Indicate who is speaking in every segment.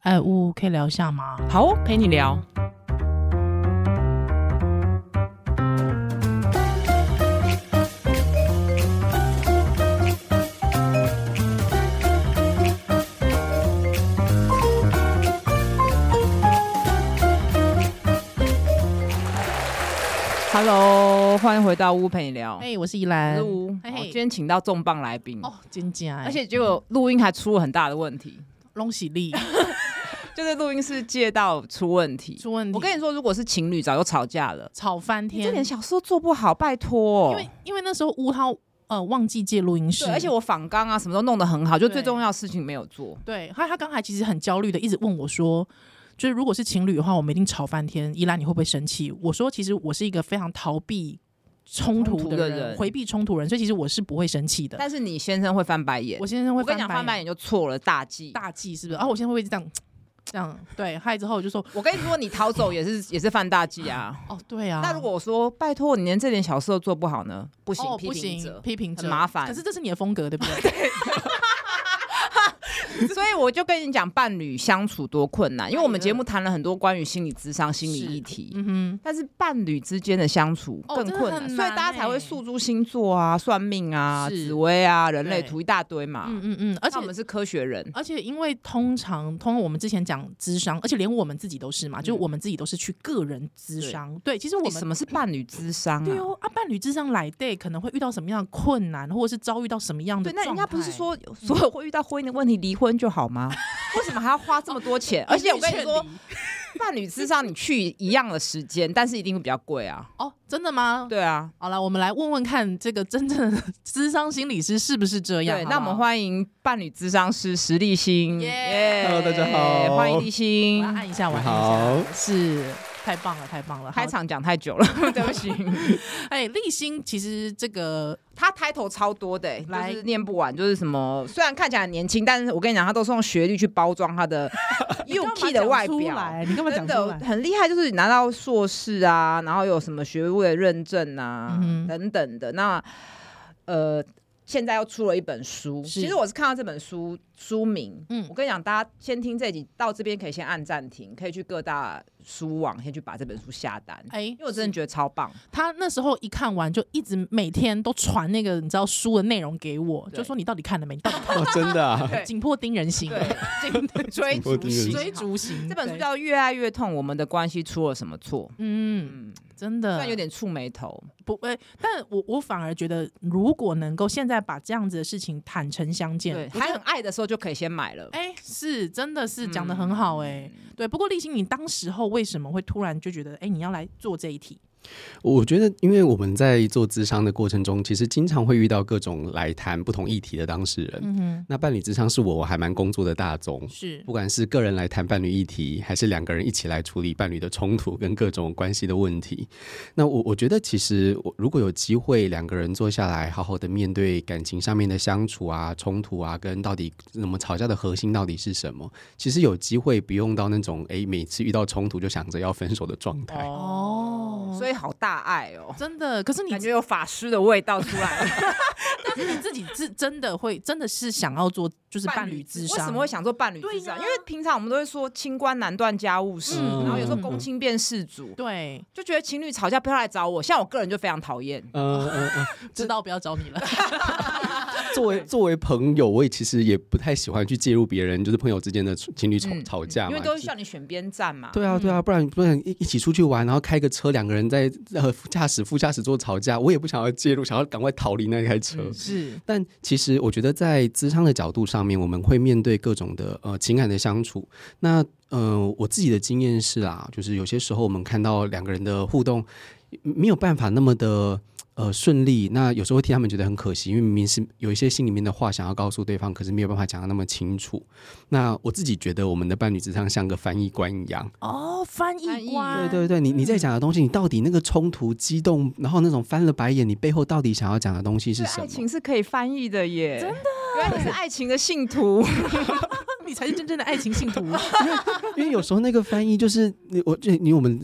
Speaker 1: 哎，呜，可以聊一下吗？
Speaker 2: 好哦，陪你聊。Hello，欢迎回到屋陪你聊。
Speaker 1: 哎，我是依
Speaker 2: 我
Speaker 1: 兰
Speaker 2: 是。屋，
Speaker 1: 嘿
Speaker 2: 好
Speaker 1: 嘿
Speaker 2: 今天请到重磅来宾，
Speaker 1: 哦，真假哎，
Speaker 2: 哎而且结果录音还出了很大的问题，
Speaker 1: 龙喜力
Speaker 2: 就是录音室借到出问题。
Speaker 1: 出问题，
Speaker 2: 我跟你说，如果是情侣，早就吵架了。
Speaker 1: 吵翻
Speaker 2: 你这
Speaker 1: 天
Speaker 2: 点。小事都做不好，拜托。
Speaker 1: 因为因为那时候乌他呃忘记借录音室，
Speaker 2: 对，而且我仿纲啊什么都弄得很好，就
Speaker 1: 对
Speaker 2: 最重要的事情没有做。
Speaker 1: 对他他刚才其实很焦虑的，一直问我说。就是如果是情侣的话，我们一定吵翻天。依兰，你会不会生气？我说，其实我是一个非常逃避冲突
Speaker 2: 冲
Speaker 1: 的
Speaker 2: 突的
Speaker 1: 人，
Speaker 2: 人
Speaker 1: 回避冲突人，所以其实我是不会生气的。
Speaker 2: 但是你先生会翻白眼，
Speaker 1: 我先生会
Speaker 2: 我跟你讲，翻白眼就错了大忌。
Speaker 1: 大忌是不是？啊然、后我现在会不会这样这样？对，害之后我就说
Speaker 2: 我跟你说，你逃走也是 也是犯大忌啊。
Speaker 1: 哦，对啊。
Speaker 2: 那如果我说拜托你连这点小事都做不好呢？ 不
Speaker 1: 不
Speaker 2: 行，
Speaker 1: 哦、
Speaker 2: 批
Speaker 1: 不
Speaker 2: 评
Speaker 1: 行，
Speaker 2: 者。
Speaker 1: 批评者
Speaker 2: 很麻烦
Speaker 1: 可是这是你的风格，对不 对？
Speaker 2: 所以我就跟你讲，伴侣相处多困难，因为我们节目谈了很多关于心理智商、心理
Speaker 1: 是
Speaker 2: 议题。
Speaker 1: 嗯
Speaker 2: 但是伴侣之间的相处
Speaker 1: 哦
Speaker 2: 更
Speaker 1: 真的
Speaker 2: 困
Speaker 1: 很难
Speaker 2: 难，所以大家才
Speaker 1: 欸
Speaker 2: 会诉诸星座啊、算命啊、
Speaker 1: 是
Speaker 2: 紫薇啊、人类
Speaker 1: 对
Speaker 2: 图一大堆嘛。
Speaker 1: 哼，嗯嗯嗯，而且
Speaker 2: 啊那我们是科学人，
Speaker 1: 而且因为通常，通常我们之前讲智商，而且连我们自己都是嘛，就是我们自己都是去个人智商。对，其实我
Speaker 2: 你
Speaker 1: 们
Speaker 2: 嗯什么是伴侣智商
Speaker 1: 对
Speaker 2: 啊？
Speaker 1: 哦啊，伴侣智商来 day 可能会遇到什么样的困难，或者是遭遇到什么样的
Speaker 2: 对，那人家不是
Speaker 1: 状态
Speaker 2: 说所有会遇到婚姻的问题，离婚就好吗？ 为什么还要花这么 多钱？而且我跟你说， 伴侣智商你去一样的时间，但是一定会比较贵啊。
Speaker 1: 哦，真的吗？
Speaker 2: 对啊，
Speaker 1: 好了，我们来问问看，这个真正的 智商心理师是不是这样？
Speaker 2: 对，
Speaker 1: 好
Speaker 2: 那我
Speaker 1: 不
Speaker 2: 们
Speaker 1: 好
Speaker 2: 欢迎伴侣智商师石立新。
Speaker 1: 耶
Speaker 2: 耶
Speaker 3: Hello，大家好
Speaker 2: 欢迎立
Speaker 1: 我
Speaker 2: 新
Speaker 1: 要。按一下，我要按一
Speaker 3: 好
Speaker 1: 下，是太棒了，太棒了！
Speaker 2: 开
Speaker 1: 好，
Speaker 2: 场讲太久了， 对不起。
Speaker 1: 哎，立新其实这个
Speaker 2: 他 title 超多的、欸，
Speaker 1: 来
Speaker 2: 就是念不完，就是什么，虽然看起来很年轻，但是我跟你讲，他都是用学历去包装他 的 UK 的外
Speaker 1: 你干嘛讲
Speaker 2: 表。
Speaker 1: 出来你干嘛
Speaker 2: 真
Speaker 1: 讲出来？
Speaker 2: 的很厉害，就是你拿到硕士啊，然后有什么学位认证啊、
Speaker 1: 嗯哼
Speaker 2: 等等的。那呃，现在又出了一本书，
Speaker 1: 是
Speaker 2: 其实我是看到这本书书名，
Speaker 1: 嗯
Speaker 2: 嗯，我跟你讲，大家先听这集到这边可以先按暂停，可以去各大书网先去把这本书下单，
Speaker 1: 哎
Speaker 2: 因为我真的觉得超棒。
Speaker 1: 他那时候一看完就一直每天都传那个你知道书的内容给我，
Speaker 2: 对
Speaker 1: 就说你到底看了没？你到底看
Speaker 3: 哦，真的啊，
Speaker 1: 紧迫盯人型，
Speaker 2: 对，追逐
Speaker 3: 我真的
Speaker 2: 型
Speaker 3: 是
Speaker 1: 追逐型
Speaker 2: 这本书
Speaker 1: 对
Speaker 2: 叫《越爱越痛》，我们的关系出了什么错？
Speaker 1: 嗯，
Speaker 2: 嗯，
Speaker 1: 真
Speaker 2: 虽
Speaker 1: 的
Speaker 2: 然有点触眉头，
Speaker 1: 不哎，但我我反而觉得，如果能够现在把这样子的事情坦诚相见，
Speaker 2: 对，
Speaker 1: 我觉
Speaker 2: 还
Speaker 1: 得
Speaker 2: 很嗯爱的时候就可以先买了。
Speaker 1: 哎、是真的是讲的很好哎、对。不过立新，你当时候为什么会突然就觉得哎、你要来做这一题？
Speaker 3: 我觉得，因为我们在做咨商的过程中，其实经常会遇到各种来谈不同议题的当事人。
Speaker 1: 嗯哼，
Speaker 3: 那伴侣咨商是我我还蛮工作的大宗，
Speaker 1: 是
Speaker 3: 不管是个人来谈伴侣议题，还是两个人一起来处理伴侣的冲突跟各种关系的问题。那我我觉得，其实我如果有机会两个人坐下来，好好的面对感情上面的相处啊、冲突啊，跟到底我们吵架的核心到底是什么，其实有机会不用到那种诶每次遇到冲突就想着要分手的状态。
Speaker 1: 哦，
Speaker 2: 所以好大爱哦，
Speaker 1: 真的。可是你
Speaker 2: 感觉有法师的味道出来了。
Speaker 1: 但是你自己是真的会真的是想要做就是伴侣
Speaker 2: 智
Speaker 1: 智商，
Speaker 2: 为什么会想做伴侣智
Speaker 1: 对
Speaker 2: 商？
Speaker 1: 呀
Speaker 2: 因为平常我们都会说清官难断家务事，
Speaker 3: 嗯
Speaker 2: 然后有时候公亲变事主，
Speaker 1: 对，
Speaker 2: 就觉得情侣吵架不要来找我。像我个人就非常讨厌，
Speaker 3: 嗯嗯嗯，
Speaker 1: 知道不要找你 了。
Speaker 3: 作为作为朋友，我也其实也不太喜欢去介入别人，就是朋友之间的情侣吵、
Speaker 2: 嗯
Speaker 3: 吵架嘛，
Speaker 2: 因为都
Speaker 3: 就是
Speaker 2: 叫你选边站嘛。
Speaker 3: 对啊，对啊，不然不然一一起出去玩，然后开个车，两个人在呃副驾驶副驾驶座吵架，我也不想要介入，想要赶快逃离那台车。
Speaker 2: 嗯
Speaker 1: 是，
Speaker 3: 但其实我觉得，在咨商的角度上面，我们会面对各种的呃情感的相处。那呃，我自己的经验是啦，就是有些时候我们看到两个人的互动没有办法那么的呃顺利，那有时候会替他们觉得很可惜，因为明明是有一些心里面的话想要告诉对方，可是没有办法讲的那么清楚。那我自己觉得，我们的伴侣智商像个翻译官一样。
Speaker 1: 哦，翻
Speaker 2: 翻
Speaker 1: 译
Speaker 2: 译
Speaker 1: 官，
Speaker 3: 对对对，你你在讲的东西，你到底那个冲突、激动，然后那种翻了白眼，你背后到底想要讲的东西是
Speaker 2: 对
Speaker 3: 什
Speaker 2: 爱
Speaker 3: 么？
Speaker 2: 情是可以翻译的耶，真的。原来你是爱情的信徒，
Speaker 1: 你才是真正的爱情信 徒。
Speaker 3: 因为有时候那个翻译就是你我这你我们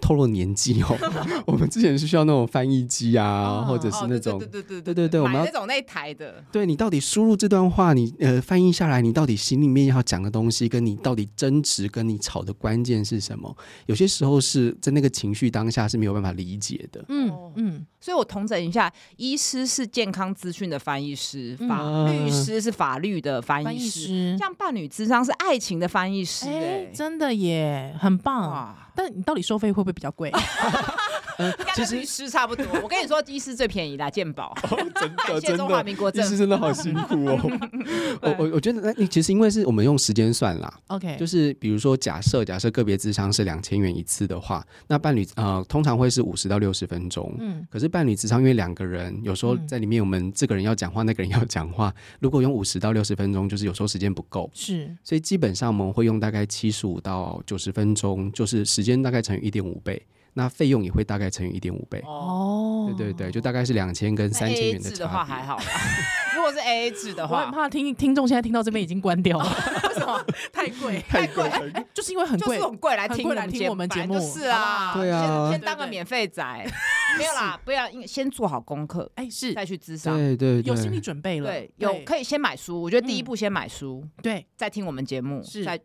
Speaker 3: 透露年纪哦，我们之前是需要那种翻译机啊，
Speaker 1: 哦
Speaker 3: 或者是那种、
Speaker 2: 对对
Speaker 3: 对对对我们要
Speaker 2: 买那种那一台的，
Speaker 3: 对你到底输入这段话，你呃翻译下来，你到底心里面要讲的东西，跟你到底争执跟你吵的关键是什么？有些时候是在那个情绪当下是没有办法理解的。
Speaker 2: 哦
Speaker 1: 嗯嗯，
Speaker 2: 所以我统整一下，医师是健康资讯的翻译师，
Speaker 1: 嗯
Speaker 2: 法、
Speaker 3: 啊
Speaker 2: 律师是法律的翻
Speaker 1: 翻
Speaker 2: 译
Speaker 1: 译
Speaker 2: 师，
Speaker 1: 师，
Speaker 2: 像伴侣智商是爱情的翻译师、
Speaker 1: 哎
Speaker 2: 哎，、
Speaker 1: 真的耶，很棒。
Speaker 2: 哇，
Speaker 1: 但你到底收费会不会比较 贵？
Speaker 2: 应该跟律师差不多。我跟你说，医师最便宜啦，健保，
Speaker 3: 哦真
Speaker 2: 感谢中华民国
Speaker 3: 医
Speaker 2: 政
Speaker 3: 师
Speaker 2: 府。
Speaker 3: 真的好辛苦哦。我我我觉得，那你其实因为是我们用时间算啦，
Speaker 1: OK，
Speaker 3: 就是比如说假设假设个别智商是两千元一次的话，那伴侣呃通常会是五十到六十分钟。
Speaker 1: 嗯，
Speaker 3: 可是伴侣智商因为两个人，有时候在里面我们这个人要讲话，那个人要讲话，如果用五十到六十分钟，就是有时候时间不够，
Speaker 1: 是
Speaker 3: 所以基本上我们会用大概七十五到九十分钟，就是时间大概乘以一点五倍，那费用也会大概乘以一点五倍。
Speaker 1: 哦，
Speaker 3: 对对对，就大概是两千跟三千
Speaker 2: A
Speaker 3: 元的
Speaker 2: 制
Speaker 3: 差
Speaker 2: 的话
Speaker 3: 别
Speaker 2: 还好啦， 如果是 A A 制的
Speaker 1: 我很
Speaker 2: 话，哦
Speaker 1: 怕听听众现在听到这边已经关掉了，
Speaker 2: 为什么太贵？
Speaker 3: 太贵了。
Speaker 1: 哎 就是因为很
Speaker 2: 就
Speaker 1: 贵
Speaker 2: 是，很贵来
Speaker 1: 很
Speaker 2: 听
Speaker 1: 贵来听我们节
Speaker 2: 节
Speaker 1: 目
Speaker 2: 就是啊，
Speaker 3: 好不好对啊
Speaker 2: 先先当个
Speaker 1: 对对
Speaker 2: 免 费仔，没有啦，不要，应先做好功课
Speaker 1: 哎，是
Speaker 2: 再去咨商。
Speaker 3: 对对
Speaker 1: 有心
Speaker 3: 对
Speaker 1: 理，准备了，
Speaker 2: 对，有可以先买书，我觉得第一步先买书，
Speaker 1: 对
Speaker 2: 再听我们节目
Speaker 1: 是，
Speaker 2: 再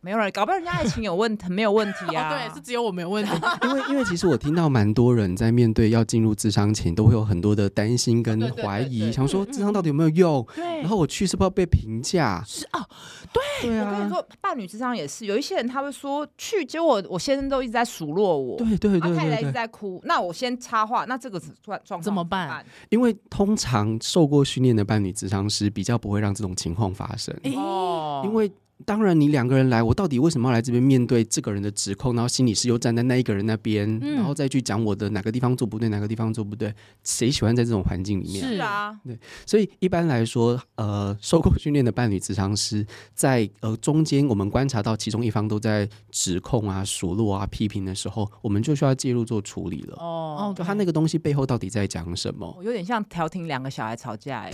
Speaker 2: 没有人搞不好人家爱情有问题，没有问题
Speaker 1: 哦
Speaker 2: 啊，
Speaker 1: 对，是只有我没有问题，
Speaker 3: 因为因为其实我听到蛮多人在面对要进入智商前，都会有很多的担心跟
Speaker 2: 对对对
Speaker 3: 怀疑，
Speaker 2: 对
Speaker 3: 想说
Speaker 1: 嗯嗯
Speaker 3: 智商到底有没有用？
Speaker 1: 对
Speaker 3: 然后我去是不是要被评价？
Speaker 1: 是啊，
Speaker 3: 对
Speaker 2: 我跟你
Speaker 3: 啊，
Speaker 2: 说，伴侣智商也是，有一些人他会说去，结果我先生都一直在数落我，
Speaker 3: 对对对
Speaker 2: 啊，太太一直
Speaker 3: 对对，
Speaker 2: 在哭，那我先插话，那这个状状况
Speaker 1: 怎么办？
Speaker 3: 因为通常受过训练的伴侣智商师比较不会让这种情况发生，
Speaker 1: 哎，
Speaker 2: 哦，
Speaker 3: 因为。当然，你两个人来，我到底为什么要来这边面对这个人的指控？然后心理师又站在那一个人那边，
Speaker 1: 嗯
Speaker 3: 然后再去讲我的哪个地方做不对，哪个地方做不对？谁喜欢在这种环境里面？
Speaker 1: 是
Speaker 2: 是啊，
Speaker 3: 所以一般来说，呃，受过训练的伴侣咨商师在呃中间，我们观察到其中一方都在指控啊、数落啊、批评的时候，我们就需要介入做处理了。
Speaker 2: 哦
Speaker 1: 哦
Speaker 3: 就他那个东西背后到底在讲什么，
Speaker 2: 我哦有点像调停两个小孩 吵架哎，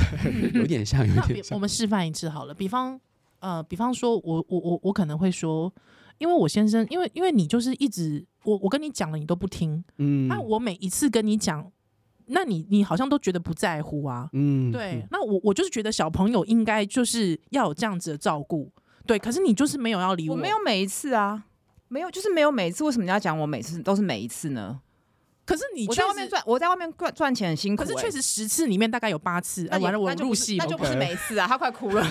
Speaker 3: 有点像，有
Speaker 1: 那嗯比
Speaker 3: 点
Speaker 1: 我
Speaker 3: 像。
Speaker 1: 们示范一次好了，比方呃，比方说我我我我可能会说，因为我先生，因为因为你就是一直我我跟你讲了，你都不听，
Speaker 3: 嗯
Speaker 1: 那、我每一次跟你讲，那你你好像都觉得不在乎啊，
Speaker 3: 嗯
Speaker 1: 对，，那我我就是觉得小朋友应该就是要有这样子的照顾，对，可是你就是没有要理
Speaker 2: 我
Speaker 1: 我
Speaker 2: 没有，每一次啊，没有，就是没有每一次。为什么你要讲我每次都是每一次呢？
Speaker 1: 可是你
Speaker 2: 我
Speaker 1: 确
Speaker 2: 在外
Speaker 1: 实
Speaker 2: 面。赚，我在外面赚赚钱很辛苦、
Speaker 1: 可是
Speaker 2: 欸
Speaker 1: 确，实十次里面大概有八次，哎、
Speaker 2: 那也
Speaker 1: 完了我
Speaker 2: 那就
Speaker 1: 入
Speaker 2: 不是
Speaker 1: 戏
Speaker 2: 那
Speaker 1: 了。
Speaker 2: 就不是
Speaker 3: OK
Speaker 2: 每一次啊，他快哭了，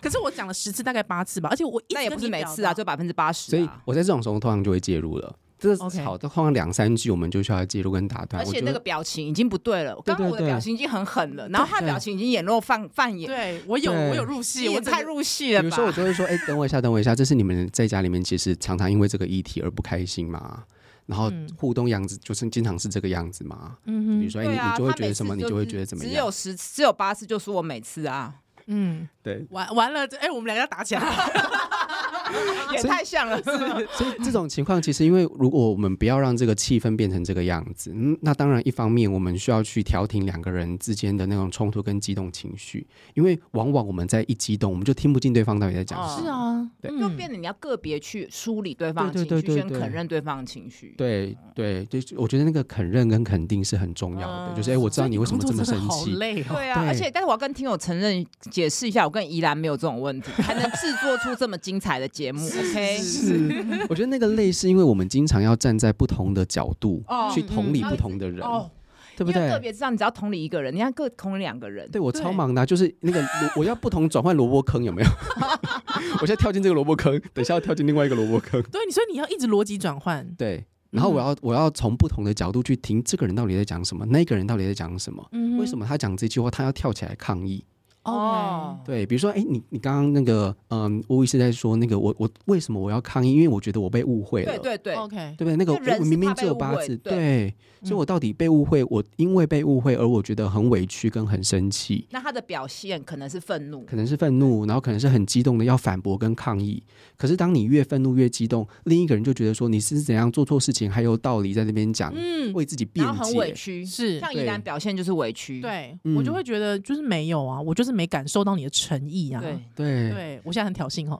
Speaker 1: 可是我讲了十次，大概八次吧，而且我一
Speaker 2: 那
Speaker 1: 直
Speaker 2: 也
Speaker 1: 跟
Speaker 2: 不是
Speaker 1: 你
Speaker 2: 每
Speaker 1: 表
Speaker 2: 次啊，
Speaker 1: 达
Speaker 2: 就百分之八十
Speaker 3: 所以
Speaker 2: 啊。
Speaker 3: 我在这种时候通常就会介入了。这个
Speaker 1: OK
Speaker 3: 吵到通常两三句，我们就需要介入跟打断。
Speaker 2: 而
Speaker 3: 我
Speaker 2: 且
Speaker 3: 觉
Speaker 2: 那
Speaker 3: 得
Speaker 2: 个表情已经不对了，
Speaker 3: 对
Speaker 2: 刚刚我
Speaker 3: 对
Speaker 2: 的
Speaker 3: 对
Speaker 2: 表情已经很狠了，然后他的表情已经眼若泛泛眼，
Speaker 1: 对我有
Speaker 3: 对
Speaker 1: 我有入戏，
Speaker 2: 你
Speaker 1: 我
Speaker 2: 也
Speaker 1: 整
Speaker 2: 太
Speaker 1: 个
Speaker 2: 入戏了
Speaker 3: 有
Speaker 2: 吧？
Speaker 3: 时候我就会说，哎、等我一下，等我一下，这是你们在家里面其实常常因为这个议题而不开心嘛，然后
Speaker 1: 嗯
Speaker 3: 互动样子就是经常是这个样子嘛。
Speaker 1: 嗯哼
Speaker 3: 比如，说，哎、
Speaker 2: 对
Speaker 3: 你
Speaker 2: 啊，
Speaker 3: 你就会
Speaker 2: 他
Speaker 3: 觉
Speaker 2: 每
Speaker 3: 得
Speaker 2: 次
Speaker 3: 什么，你
Speaker 2: 就
Speaker 3: 就会
Speaker 2: 是
Speaker 3: 觉得怎么
Speaker 2: 只
Speaker 3: 样
Speaker 2: 有？十，只有八次，就说我每次啊，
Speaker 1: 嗯，
Speaker 3: 对，
Speaker 1: 完完了，这哎、我们俩要打起来了。
Speaker 2: 也
Speaker 3: 所以
Speaker 2: 太像了，是不是
Speaker 3: 所以这种情况其实，因为如果我们不要让这个气氛变成这个样子，嗯，那当然一方面我们需要去调停两个人之间的那种冲突跟激动情绪，因为往往我们在一激动，我们就听不进对方到底在讲什
Speaker 1: 是
Speaker 2: 哦
Speaker 3: 么。
Speaker 1: 啊，
Speaker 3: 对
Speaker 1: 嗯
Speaker 2: 就变得你要个别去梳理对方的
Speaker 3: 对
Speaker 2: 情
Speaker 3: 对
Speaker 2: 绪，
Speaker 3: 对
Speaker 2: 先
Speaker 3: 对
Speaker 2: 肯认对方的情绪。
Speaker 3: 对对，就是我觉得那个肯认跟肯定是很重要的，
Speaker 2: 嗯
Speaker 3: 就是哎、我知道你为什么这么
Speaker 1: 工作
Speaker 3: 生
Speaker 1: 真的
Speaker 3: 气
Speaker 1: 好，累哦。
Speaker 2: 对啊，
Speaker 3: 对
Speaker 2: 而且但是我要跟听友承认解释一下，我跟怡兰没有这种问题，还能制作出这么精彩的节目。OK，
Speaker 3: 是，我觉得那个累是因为我们经常要站在不同的角度、
Speaker 2: 哦
Speaker 3: 去同理
Speaker 1: 嗯
Speaker 3: 不同的人，
Speaker 2: 哦，
Speaker 3: 对不
Speaker 2: 因为个
Speaker 3: 对？
Speaker 2: 别知道，你只要同理一个人，你要各同理两个人。
Speaker 3: 对我
Speaker 1: 对
Speaker 3: 超忙的啊、就是那个萝我要不同转换萝卜坑有没有？我现在跳进这个萝卜坑，等一下要跳进另外一个萝卜坑，
Speaker 1: 对，你所以你要一直逻辑转换。
Speaker 3: 对。然后我要我要从不同的角度去听这个人到底在讲什么，那个人到底在讲什么。
Speaker 1: 嗯哼
Speaker 3: 为什么他讲这句话，他要跳起来抗议？
Speaker 1: 哦？OK，
Speaker 3: 对，比如说，哎，你你刚刚那个，嗯，吴医师在说那个，我我为什么我要抗议？因为我觉得我被误会了。
Speaker 2: 对对对，
Speaker 1: OK，
Speaker 3: 对不对？那个哎
Speaker 2: 因为人
Speaker 3: 我
Speaker 2: 是
Speaker 3: 明
Speaker 2: 怕
Speaker 3: 明只
Speaker 2: 被
Speaker 3: 有
Speaker 2: 误
Speaker 3: 八
Speaker 2: 会
Speaker 3: 字，
Speaker 2: 对嗯
Speaker 3: 对，所以我到底被误会，我因为被误会而我觉得很委屈跟很生气，
Speaker 2: 那他的表现可能是愤怒。
Speaker 3: 可能是愤怒，然后可能是很激动的要反驳跟抗议。可是当你越愤怒越激动，另一个人就觉得说你是怎样做错事情，还有道理在那边讲，
Speaker 1: 嗯，
Speaker 3: 为自己辩
Speaker 2: 然后很委
Speaker 3: 解。
Speaker 2: 屈，
Speaker 1: 是
Speaker 2: 像怡兰
Speaker 3: 对
Speaker 2: 表现就是委屈。，
Speaker 1: 对
Speaker 3: 嗯
Speaker 1: 我就会觉得就是没有啊，我就是没感受到你的诚意啊。
Speaker 2: 对，
Speaker 3: 对，
Speaker 1: 对我现在很挑衅哦。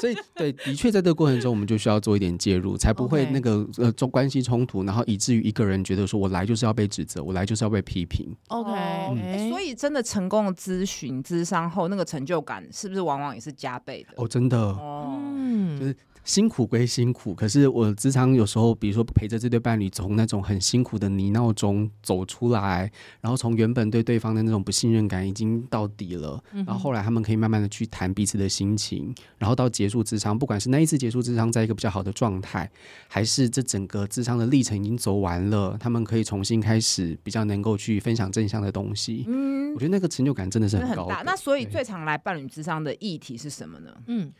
Speaker 3: 所以对，的确在这个过程中，我们就需要做一点介入，才不会
Speaker 1: OK
Speaker 3: 那个呃中关系冲突，然后以至于一个人觉得说我来就是要被指责，我来就是要被批评。
Speaker 1: OK，、
Speaker 3: 嗯
Speaker 2: 哎所
Speaker 1: 以
Speaker 2: 以真的成功的咨询、咨商后，那个成就感是不是往往也是加倍的？
Speaker 3: 哦，真的，
Speaker 2: 哦，
Speaker 1: 嗯，
Speaker 3: 就是辛苦归辛苦，可是我职场有时候，比如说陪着这对伴侣从那种很辛苦的泥淖中走出来，然后从原本对对方的那种不信任感已经到底了，然后后来他们可以慢慢的去谈彼此的心情，然后到结束职场，不管是那一次结束职场在一个比较好的状态，还是这整个职场的历程已经走完了，他们可以重新开始，比较能够去分享正向的东西。嗯，我觉得那个成就感真的是
Speaker 2: 真的
Speaker 3: 很
Speaker 2: 很
Speaker 3: 高
Speaker 2: 大。
Speaker 3: 的
Speaker 2: 那所以
Speaker 3: 对
Speaker 2: 最常来伴侣咨商的议题是什么呢？
Speaker 1: 嗯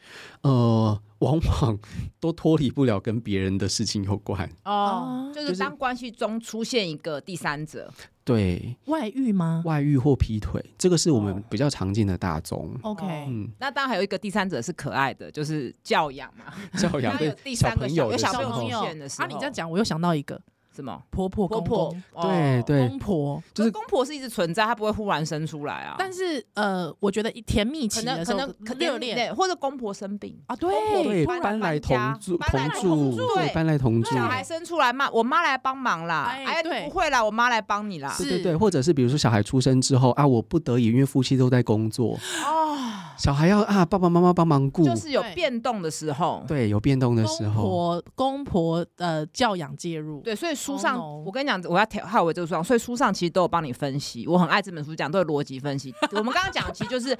Speaker 3: 呃，往往都脱离不了跟别人的事情有关。
Speaker 1: 哦
Speaker 2: 就
Speaker 3: 就是是
Speaker 2: 当关系中出现一个第三者，
Speaker 3: 对，
Speaker 1: 外遇吗
Speaker 3: 外遇或劈腿，这个是我们比较常见的大宗。
Speaker 1: ？OK，、
Speaker 2: 哦
Speaker 3: 嗯，
Speaker 2: 那当然还有一个第三者是可爱的，就是教养嘛，
Speaker 3: 教养
Speaker 2: 当有
Speaker 3: 对
Speaker 2: 第
Speaker 3: 小
Speaker 2: 三个
Speaker 3: 朋友
Speaker 2: 有
Speaker 3: 的时
Speaker 2: 小朋友
Speaker 1: 小朋
Speaker 3: 候，
Speaker 1: 友
Speaker 2: 出现的时
Speaker 1: 啊，你这
Speaker 2: 候
Speaker 1: 样讲，我又想到一个
Speaker 2: 什么
Speaker 1: 婆婆公
Speaker 2: 婆
Speaker 1: 公、
Speaker 2: 婆，
Speaker 3: 对
Speaker 2: 哦
Speaker 3: 对
Speaker 1: 公婆，
Speaker 2: 就
Speaker 3: 就
Speaker 2: 是是公婆是一直存在，它不会忽然生出来啊。
Speaker 1: 但是呃，我觉得甜蜜期的时候热恋
Speaker 2: 对或者公婆生病，
Speaker 1: 啊，
Speaker 2: 公婆
Speaker 1: 对
Speaker 3: 对，
Speaker 2: 搬
Speaker 3: 搬来
Speaker 2: 来
Speaker 3: 同
Speaker 2: 搬家
Speaker 3: 住，
Speaker 2: 搬来
Speaker 3: 住
Speaker 2: 同住
Speaker 3: 对，啊
Speaker 2: 对
Speaker 3: 搬来同住。
Speaker 2: 小孩生出来妈，我妈来帮忙啦。
Speaker 1: 哎
Speaker 2: 哎，
Speaker 1: 对
Speaker 2: 不会啦，我妈来帮你啦。
Speaker 1: 是
Speaker 3: 对对对，或者是比如说小孩出生之后啊，我不得已，因为夫妻都在工作，
Speaker 2: 哦，
Speaker 3: 小孩要啊爸爸妈妈帮忙顾，
Speaker 2: 就是有
Speaker 1: 对
Speaker 2: 变动的时候。
Speaker 3: 对有变动的时
Speaker 1: 公
Speaker 3: 候，
Speaker 1: 婆公婆呃教养介入，
Speaker 2: 对，所以书上、
Speaker 1: Oh no
Speaker 2: 我跟你讲，我要挑浩伟这个书上，所以书上其实都有帮你分析。我很爱这本书，讲都有逻辑分 析。我们刚刚讲的其实就是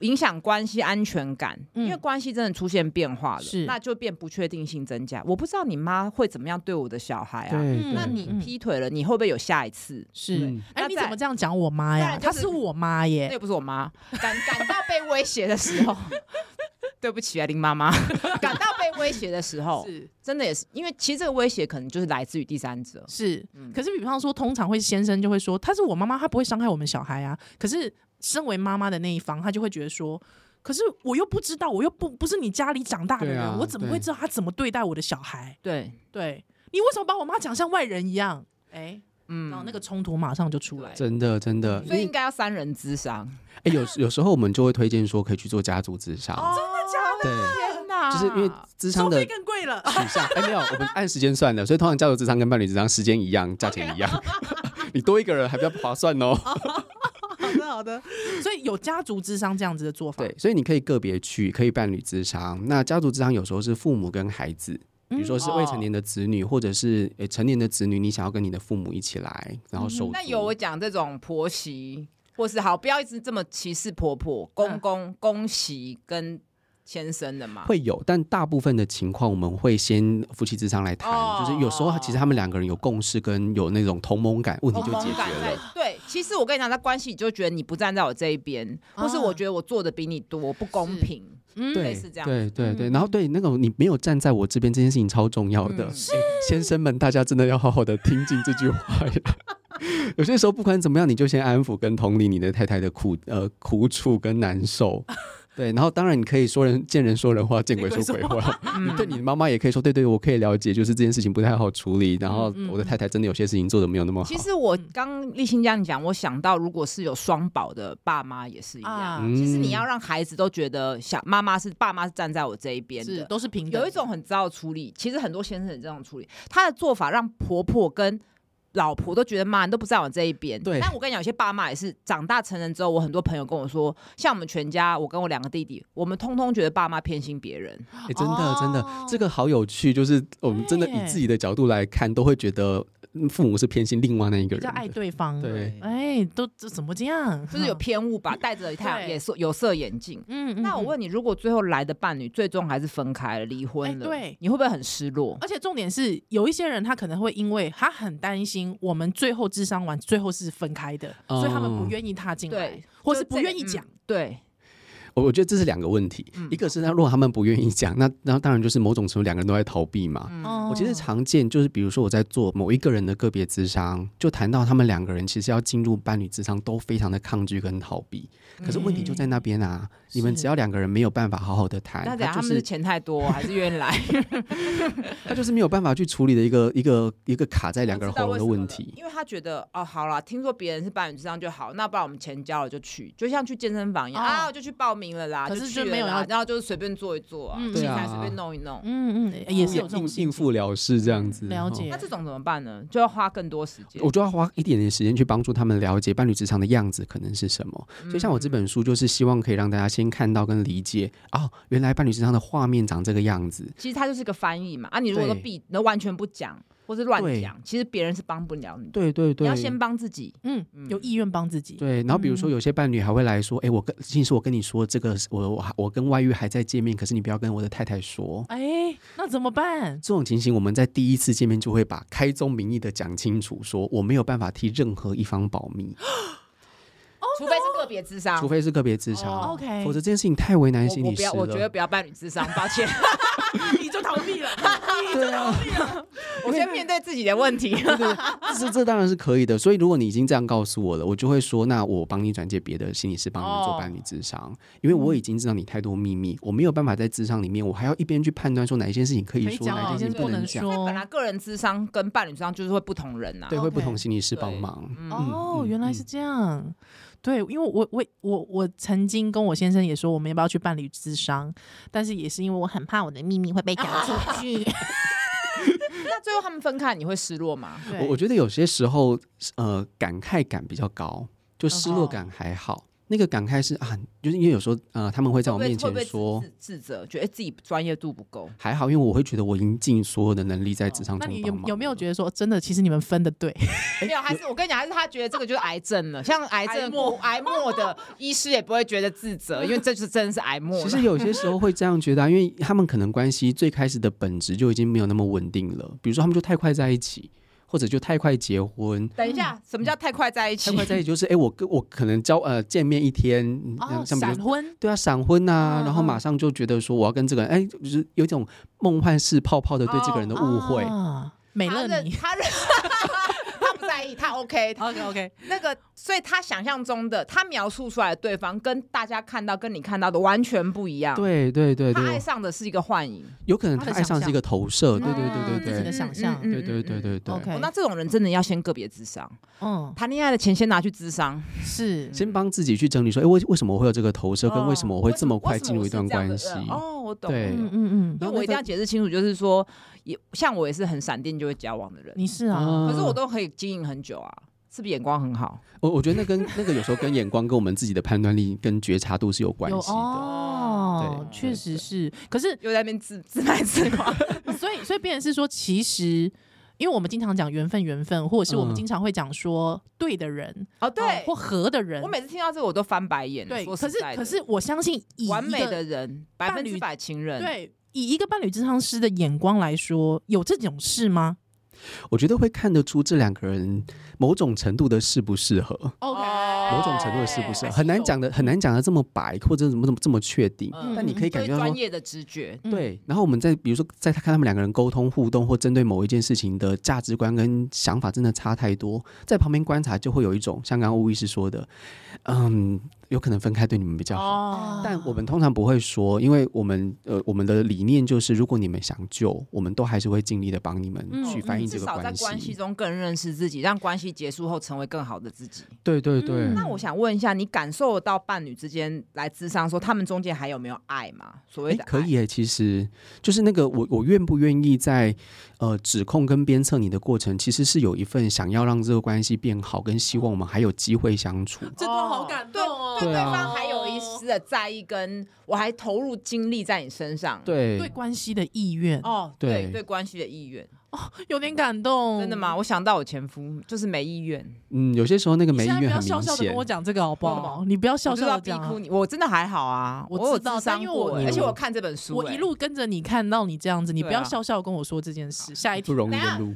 Speaker 2: 影响关系安全感，
Speaker 1: 嗯
Speaker 2: 因为关系真的出现变化了，
Speaker 1: 是
Speaker 2: 那就变不确定性增加。我不知道你妈会怎么样对我的小孩
Speaker 3: 对，
Speaker 2: 啊。
Speaker 3: 对
Speaker 2: 那你劈腿了，你会不会有下一次？
Speaker 1: 是。
Speaker 3: 嗯
Speaker 1: 哎、
Speaker 2: 那
Speaker 1: 你
Speaker 2: 再
Speaker 1: 怎么这样讲我妈
Speaker 2: 再
Speaker 1: 呀？
Speaker 2: 来
Speaker 1: 她
Speaker 2: 就是
Speaker 1: 是我妈
Speaker 2: 那
Speaker 1: 耶，
Speaker 2: 又不是我妈， 感感到被威胁的时候， 对不起啊，林妈妈， 感到被威胁的时候，
Speaker 1: 是
Speaker 2: 真的也是，因为其实这个威胁可能就是来自于第三者。
Speaker 1: 是
Speaker 2: 嗯。
Speaker 1: 可是比方说，通常会先生就会说，她是我妈妈，她不会伤害我们小孩啊。可是身为妈妈的那一方，她就会觉得说。可是我又不知道，我又不不是你家里长大的
Speaker 3: 对
Speaker 1: 人，
Speaker 3: 啊
Speaker 1: 我怎么
Speaker 3: 对
Speaker 1: 会知道她怎么对待我的小孩？
Speaker 2: 对，
Speaker 1: 对你为什么把我妈讲像外人一样？哎、
Speaker 2: 嗯
Speaker 1: 然后那个冲突马上就出来。
Speaker 3: 真的真的，因
Speaker 2: 所以
Speaker 3: 为
Speaker 2: 应该要三人之商。
Speaker 3: 哎有有时候我们就会推荐说可以去做家族自杀，
Speaker 2: 哦真
Speaker 3: 对，
Speaker 2: 的？啊天哪！
Speaker 3: 就是因为智商
Speaker 1: 收
Speaker 3: 的
Speaker 1: 费更贵了，
Speaker 3: 取向，哎、没有，我们按时间算的，所以通常交流智商跟伴侣智商时间一样，价钱一样。 你多一个人还比较划算哦。
Speaker 1: 好的好的。所以有家族智商这样子的做法，
Speaker 3: 对，所以你可以个别去，可以伴侣智商。那家族智商有时候是父母跟孩子，比如说
Speaker 2: 嗯
Speaker 3: 是
Speaker 2: 哦
Speaker 3: 未成年的子女，或者是呃成年的子女，你想要跟你的父母一起来，然后手足。
Speaker 2: 嗯那有我讲这种婆媳，或是好，不要一直这么歧视婆婆、公公、公媳跟先生的嘛。
Speaker 3: 会有，但大部分的情况我们会先夫妻智商来谈，
Speaker 2: 哦
Speaker 3: 就是有时候其实他们两个人有共识跟有那种同盟感，问题
Speaker 2: 哦同
Speaker 3: 就
Speaker 2: 盟
Speaker 3: 解决
Speaker 2: 感在
Speaker 3: 了。
Speaker 2: 对，其实我跟你讲，在关系里就觉得你不站在我这一边，或是
Speaker 1: 啊
Speaker 2: 我觉得我做的比你多，不公
Speaker 1: 是
Speaker 2: 平。
Speaker 1: 嗯
Speaker 3: 对，
Speaker 2: 类似这样
Speaker 3: 对对对，
Speaker 1: 嗯
Speaker 3: 然后对那种你没有站在我这边这件事情超重要的，
Speaker 2: 嗯是
Speaker 3: 诶先生们，大家真的要好好的听进这句话呀。 有些时候不管怎么样，你就先安抚跟同理你的太太的苦呃苦楚跟难受。对，然后当然你可以说人见人说人话，见鬼说鬼话。
Speaker 2: 嗯
Speaker 1: 嗯
Speaker 3: 你对你的妈妈也可以说，对对，我可以了解，就是这件事情不太好处理。然后
Speaker 1: 嗯嗯
Speaker 3: 我的太太真的有些事情做的没有那么好。
Speaker 2: 其实我
Speaker 1: 嗯
Speaker 2: 刚立新这样讲，我想到如果是有双宝的爸妈也是一样。
Speaker 1: 啊
Speaker 3: 嗯，
Speaker 2: 其实你要让孩子都觉得小妈妈是爸妈是站在我这一边
Speaker 1: 是
Speaker 2: 的，
Speaker 1: 都是平等的，
Speaker 2: 有一种很糟的处理，其实很多先生也这样处理，他的做法让婆婆跟老婆都觉得妈你都不在我这一边。
Speaker 3: 对
Speaker 2: 但我跟你讲，有些爸妈也是长大成人之后，我很多朋友跟我说，像我们全家，我跟我两个弟弟，我们通通觉得爸妈偏心别人。
Speaker 3: 哎，真的真的
Speaker 1: 哦，
Speaker 3: 这个好有趣，就是我们真的以
Speaker 1: 对
Speaker 3: 自己的角度来看，都会觉得嗯父母是偏心另外那一个
Speaker 1: 比
Speaker 3: 人
Speaker 1: 较
Speaker 3: 的。
Speaker 1: 爱对方。
Speaker 3: 对
Speaker 1: 哎，都这怎么这样？
Speaker 2: 就是有偏误吧，戴着一太阳
Speaker 1: 对
Speaker 2: 也色有色眼镜。
Speaker 1: 嗯，嗯
Speaker 2: 那
Speaker 1: 嗯
Speaker 2: 我，问你，如果最后来的伴侣最终还是分开了、离
Speaker 1: 哎
Speaker 2: 婚了，
Speaker 1: 对
Speaker 2: 你会不会很失落？
Speaker 1: 而且重点是，有一些人他可能会因为他很担心我们最后智商完最后是分开的，所以他们
Speaker 3: 哦
Speaker 1: 不愿意踏进来
Speaker 2: 对，
Speaker 1: 或是
Speaker 2: 就这
Speaker 1: 不
Speaker 2: 个
Speaker 1: 愿意
Speaker 2: 嗯
Speaker 1: 讲。
Speaker 2: 对，
Speaker 3: 我我觉得
Speaker 2: 嗯
Speaker 3: 这是两个问题，一个是他如果他们不愿意讲，那那当然就是某种程度两个人都在逃避嘛。我哦
Speaker 1: 嗯哦
Speaker 3: 其实常见就是，比如说我在做某一个人的个别咨商，就谈到他们两个人其实要进入伴侣咨商都非常的抗拒跟逃避。可是问题就在那边啊，你们
Speaker 1: 是
Speaker 3: 只要两个人没有办法好好的谈，
Speaker 2: 那等下
Speaker 3: 哎他
Speaker 2: 他
Speaker 3: 就
Speaker 2: 们是
Speaker 3: 是
Speaker 2: 钱太多还是愿意来？
Speaker 3: 他就是没有办法去处理的一个一个一个卡 在两个人喉咙的问题。
Speaker 2: 因为他觉得哦，好啦，听说别人是伴侣之上就好，那不然我们钱交了就去，就像去健身房一样、
Speaker 1: 哦
Speaker 2: 啊，我就去报名了啦，
Speaker 1: 可是
Speaker 2: 就去
Speaker 1: 就没有
Speaker 2: 了啦
Speaker 1: 要
Speaker 2: 然后就是随便做一做啊，
Speaker 1: 嗯
Speaker 2: 器
Speaker 1: 对
Speaker 2: 材
Speaker 3: 啊
Speaker 2: 随便弄一弄。
Speaker 1: 嗯嗯，也是有这种
Speaker 3: 应
Speaker 1: 心嗯
Speaker 3: 应付了事这样子，
Speaker 1: 了
Speaker 3: 哦
Speaker 1: 解
Speaker 2: 那这种怎么办呢？就要花更多时间。
Speaker 3: 我就要花一点点时间去帮助他们了解伴侣职场的样子可能是什么。
Speaker 2: 嗯
Speaker 3: 所以像我这本书，就是希望可以让大家先看到跟理解，哦，原来伴侣职场的画面长这个样子。
Speaker 2: 其实它就是个翻译嘛，啊，你如果说
Speaker 3: 对
Speaker 2: 避，那完全不讲或是乱讲，其实别人是帮不了你的，
Speaker 3: 对对
Speaker 2: 你
Speaker 3: 对，
Speaker 2: 要先帮自己。
Speaker 1: 嗯，有意愿帮自己，
Speaker 3: 对，然后比如
Speaker 2: 嗯
Speaker 3: 说有些伴侣还会来说，哎、我跟其实我跟你说这个，我我还我跟外遇还在见面，可是你不要跟我的太太说。
Speaker 1: 哎，那怎么办？
Speaker 3: 这种情形，我们在第一次见面就会把开宗明义的讲清楚说我没有办法替任何一方保密，
Speaker 2: 除非是个别智商，
Speaker 3: 除非是个别自杀、
Speaker 1: 哦，OK
Speaker 3: 否则这件事情太为难心
Speaker 2: 我我
Speaker 3: 理
Speaker 2: 不
Speaker 3: 师了。
Speaker 2: 要，我觉得不要伴侣智商，抱 歉，
Speaker 1: 你就逃避 了，
Speaker 3: 对啊，
Speaker 2: 我先面对自己的问题。
Speaker 3: 这这当然是可以的。所以如果你已经这样告诉我了，我就会说，那我帮你转介别的心理师帮
Speaker 1: 哦
Speaker 3: 你做伴侣智商，因为
Speaker 1: 嗯
Speaker 3: 我已经知道你太多秘密，我没有办法在智商里面，我还要一边去判断说哪一件事情可以
Speaker 1: 可以
Speaker 3: 说，
Speaker 1: 讲
Speaker 2: 哦
Speaker 3: 哪一
Speaker 1: 哪
Speaker 3: 件
Speaker 1: 些
Speaker 3: 事情
Speaker 1: 不能
Speaker 3: 讲，
Speaker 1: 说
Speaker 2: 因为本来个人智商跟伴侣智商就是会不同人呐、啊
Speaker 3: 对，
Speaker 1: OK
Speaker 3: 会不同心理师帮忙。
Speaker 1: 哦，
Speaker 3: 嗯
Speaker 1: 原来是这样。对，因为我我我我曾经跟我先生也说，我们要不要去办理智商？但是也是因为我很怕我的秘密会被讲
Speaker 3: 啊
Speaker 1: 出去。
Speaker 2: 那最后他们分开，你会失落吗？
Speaker 1: 对
Speaker 3: 我我觉得有些时候，呃，感慨感比较高，就
Speaker 1: 嗯
Speaker 3: 失落感还好。那个感慨是啊，就是因为有时候呃，他们会在我
Speaker 2: 会
Speaker 3: 面
Speaker 2: 不会
Speaker 3: 前
Speaker 2: 会不
Speaker 3: 说
Speaker 2: 会自自自责，觉得哎自己专业度不够？
Speaker 3: 还好，因为我会觉得我已经尽所有的能力在职场
Speaker 1: 哦那
Speaker 3: 中
Speaker 1: 你
Speaker 3: 帮
Speaker 1: 有
Speaker 3: 忙
Speaker 1: 有没有
Speaker 3: 了
Speaker 1: 觉得说，真的，其实你们分的对？
Speaker 3: 哎
Speaker 2: 没有，还是我跟你讲，还是他觉得这个就是癌症了。像癌症
Speaker 1: 癌
Speaker 2: 的顾癌末的医师也不会觉得自责，因为这就是真的是癌末了。
Speaker 3: 其实有些时候会这样觉得、啊，因为他们可能关系最开始的本质就已经没有那么稳定了。比如说，他们就太快在一起，或者就太快结婚。
Speaker 2: 等一下，什么叫太快在一起
Speaker 3: 太？快在一起就是，哎、我跟我可能交呃见面一天，嗯
Speaker 1: 哦，
Speaker 3: 像比如
Speaker 1: 闪婚
Speaker 3: 对啊，闪婚啊，
Speaker 1: 嗯
Speaker 3: 然后马上就觉得说我要跟这个人，哎、就是有一种梦幻式泡泡的对这个人的误会。
Speaker 1: 啊，美
Speaker 2: 他
Speaker 1: 乐
Speaker 2: 认
Speaker 1: 你。
Speaker 2: 他认 他不在意，他 OK，
Speaker 1: OK OK，
Speaker 2: 那个，所以他想象中的，他描述出来的对方，跟大家看到、跟你看到的完全不一样。
Speaker 3: 对对对
Speaker 2: 他爱
Speaker 3: 对，
Speaker 2: 上的是一个幻影。
Speaker 3: 有可能
Speaker 1: 哦他
Speaker 3: 他
Speaker 1: 的
Speaker 3: 爱上
Speaker 1: 想
Speaker 3: 是一个投射，
Speaker 1: 象
Speaker 3: 呃对对
Speaker 1: 嗯
Speaker 3: 对
Speaker 1: 自己
Speaker 3: 对
Speaker 1: 的
Speaker 3: 对，
Speaker 1: 想象
Speaker 3: 对对对对对。
Speaker 1: OK
Speaker 2: 哦那这种人真的要先个别智商，
Speaker 1: 嗯，
Speaker 2: 谈恋爱的钱先拿去智商。
Speaker 1: 是
Speaker 3: 先帮自己去整理说，哎、为为什么我会有这个投射，跟为什么我会
Speaker 2: 为
Speaker 3: 这
Speaker 2: 么
Speaker 3: 么快
Speaker 2: 为什
Speaker 3: 进入
Speaker 2: 我
Speaker 3: 一
Speaker 2: 是
Speaker 3: 段
Speaker 2: 这样的
Speaker 1: 呃
Speaker 3: 关系？
Speaker 2: 人哦，我懂。
Speaker 3: 对
Speaker 1: 嗯嗯嗯，
Speaker 2: 因为
Speaker 3: 然后
Speaker 2: 我
Speaker 3: 那
Speaker 2: 一定
Speaker 3: 个
Speaker 2: 要解释清楚，就是说，也像我也是很闪电就会交往的人，
Speaker 1: 你是啊，
Speaker 3: 嗯
Speaker 2: 可是我都可以经营很久啊，是不是眼光很好？
Speaker 3: 我我觉得那跟那个有时候跟眼光跟我们自己的判断力跟觉察度是有关
Speaker 1: 有
Speaker 3: 系的。
Speaker 1: 哦，
Speaker 3: 对
Speaker 1: 确实是。可是
Speaker 2: 又在那边自自卖自 夸，
Speaker 1: 所以，所以变成是说，其实。因为我们经常讲缘分，缘分，或者是我们
Speaker 3: 嗯
Speaker 1: 经常会讲说对的人，
Speaker 2: 哦
Speaker 1: 哦
Speaker 2: 对，
Speaker 1: 或合的人
Speaker 2: 我，每次听到这个我都翻白眼。
Speaker 1: 对。
Speaker 2: 说
Speaker 1: 可
Speaker 2: 实
Speaker 1: 是
Speaker 2: 在的
Speaker 1: 可是我相信以一个
Speaker 2: 完美的人，百分
Speaker 1: 侣
Speaker 2: 之百情人，，
Speaker 1: 对，以一个伴侣智商师的眼光来说，有这种事吗
Speaker 3: 我觉得会看得出这两个人某种程度的适不适合，
Speaker 1: ？OK，
Speaker 2: 哦
Speaker 3: 某种程度的适不适
Speaker 1: 哎
Speaker 3: 合，很难讲的很难讲的这么白，或者怎么怎么这么确定。
Speaker 2: 嗯
Speaker 3: 但你可以感
Speaker 2: 对
Speaker 3: 觉到
Speaker 2: 专
Speaker 3: 说。
Speaker 2: 业的直觉。
Speaker 1: 嗯
Speaker 3: 对，然后我们在比如说，在看他们两个人沟通互动，或针对某一件事情的价值观跟想法真的差太多，在旁边观察就会有一种像刚刚吴医师说的，嗯，有可能分开对你们比较好。
Speaker 1: 嗯
Speaker 2: 哦
Speaker 3: 但我们通常不会说，因为我们呃，我们的理念就是，如果你们想救，我们都还是会尽力的帮你们
Speaker 1: 嗯
Speaker 3: 去翻译这
Speaker 2: 至
Speaker 3: 个
Speaker 2: 少在
Speaker 3: 关系。
Speaker 2: 关系中更认识自己，让关系结束后成为更好的自己。
Speaker 3: 对对对，
Speaker 1: 嗯
Speaker 2: 那我想问一下，你感受到伴侣之间来智商说，他们中间还有没有爱吗？所谓
Speaker 3: 诶
Speaker 2: 的爱
Speaker 3: 哎可以诶，其实就是那个我我愿不愿意在呃指控跟鞭策你的过程，其实是有一份想要让这个关系变好，跟希望我们还有机会相处。
Speaker 1: 这段好感动哦
Speaker 2: 对对
Speaker 3: 对啊
Speaker 2: 对方还有一丝的在意，跟我还投入精力在你身上。
Speaker 3: 对
Speaker 1: 对关系的意愿，
Speaker 2: 哦，
Speaker 3: 对
Speaker 2: 对对，关系的意愿，
Speaker 1: 有点感动，
Speaker 2: 真的？吗？我想到我前夫就是没意愿，
Speaker 3: 嗯，有些时候那个没意
Speaker 1: 你现在
Speaker 3: 愿
Speaker 1: 不要
Speaker 3: 很
Speaker 1: 笑
Speaker 3: 明
Speaker 1: 笑的
Speaker 3: 显
Speaker 1: 跟我。讲这个好不好？
Speaker 2: 嗯
Speaker 1: 你不要笑
Speaker 2: 我就
Speaker 1: 笑
Speaker 2: 是
Speaker 1: 的讲
Speaker 2: 要逼
Speaker 1: 啊
Speaker 2: 哭你。我真的还好啊，
Speaker 1: 我
Speaker 2: 有
Speaker 1: 知道
Speaker 2: 智
Speaker 1: 但
Speaker 2: 商
Speaker 1: 因为
Speaker 2: 过，
Speaker 1: 我
Speaker 2: 而且我看这本书，
Speaker 1: 我一
Speaker 2: 哎
Speaker 1: 路跟着你看到你这样子，你不
Speaker 2: 对啊
Speaker 1: 要笑笑跟我说这件事。下一
Speaker 3: 不
Speaker 1: 题，
Speaker 3: 容易
Speaker 2: 等一下
Speaker 3: 的路，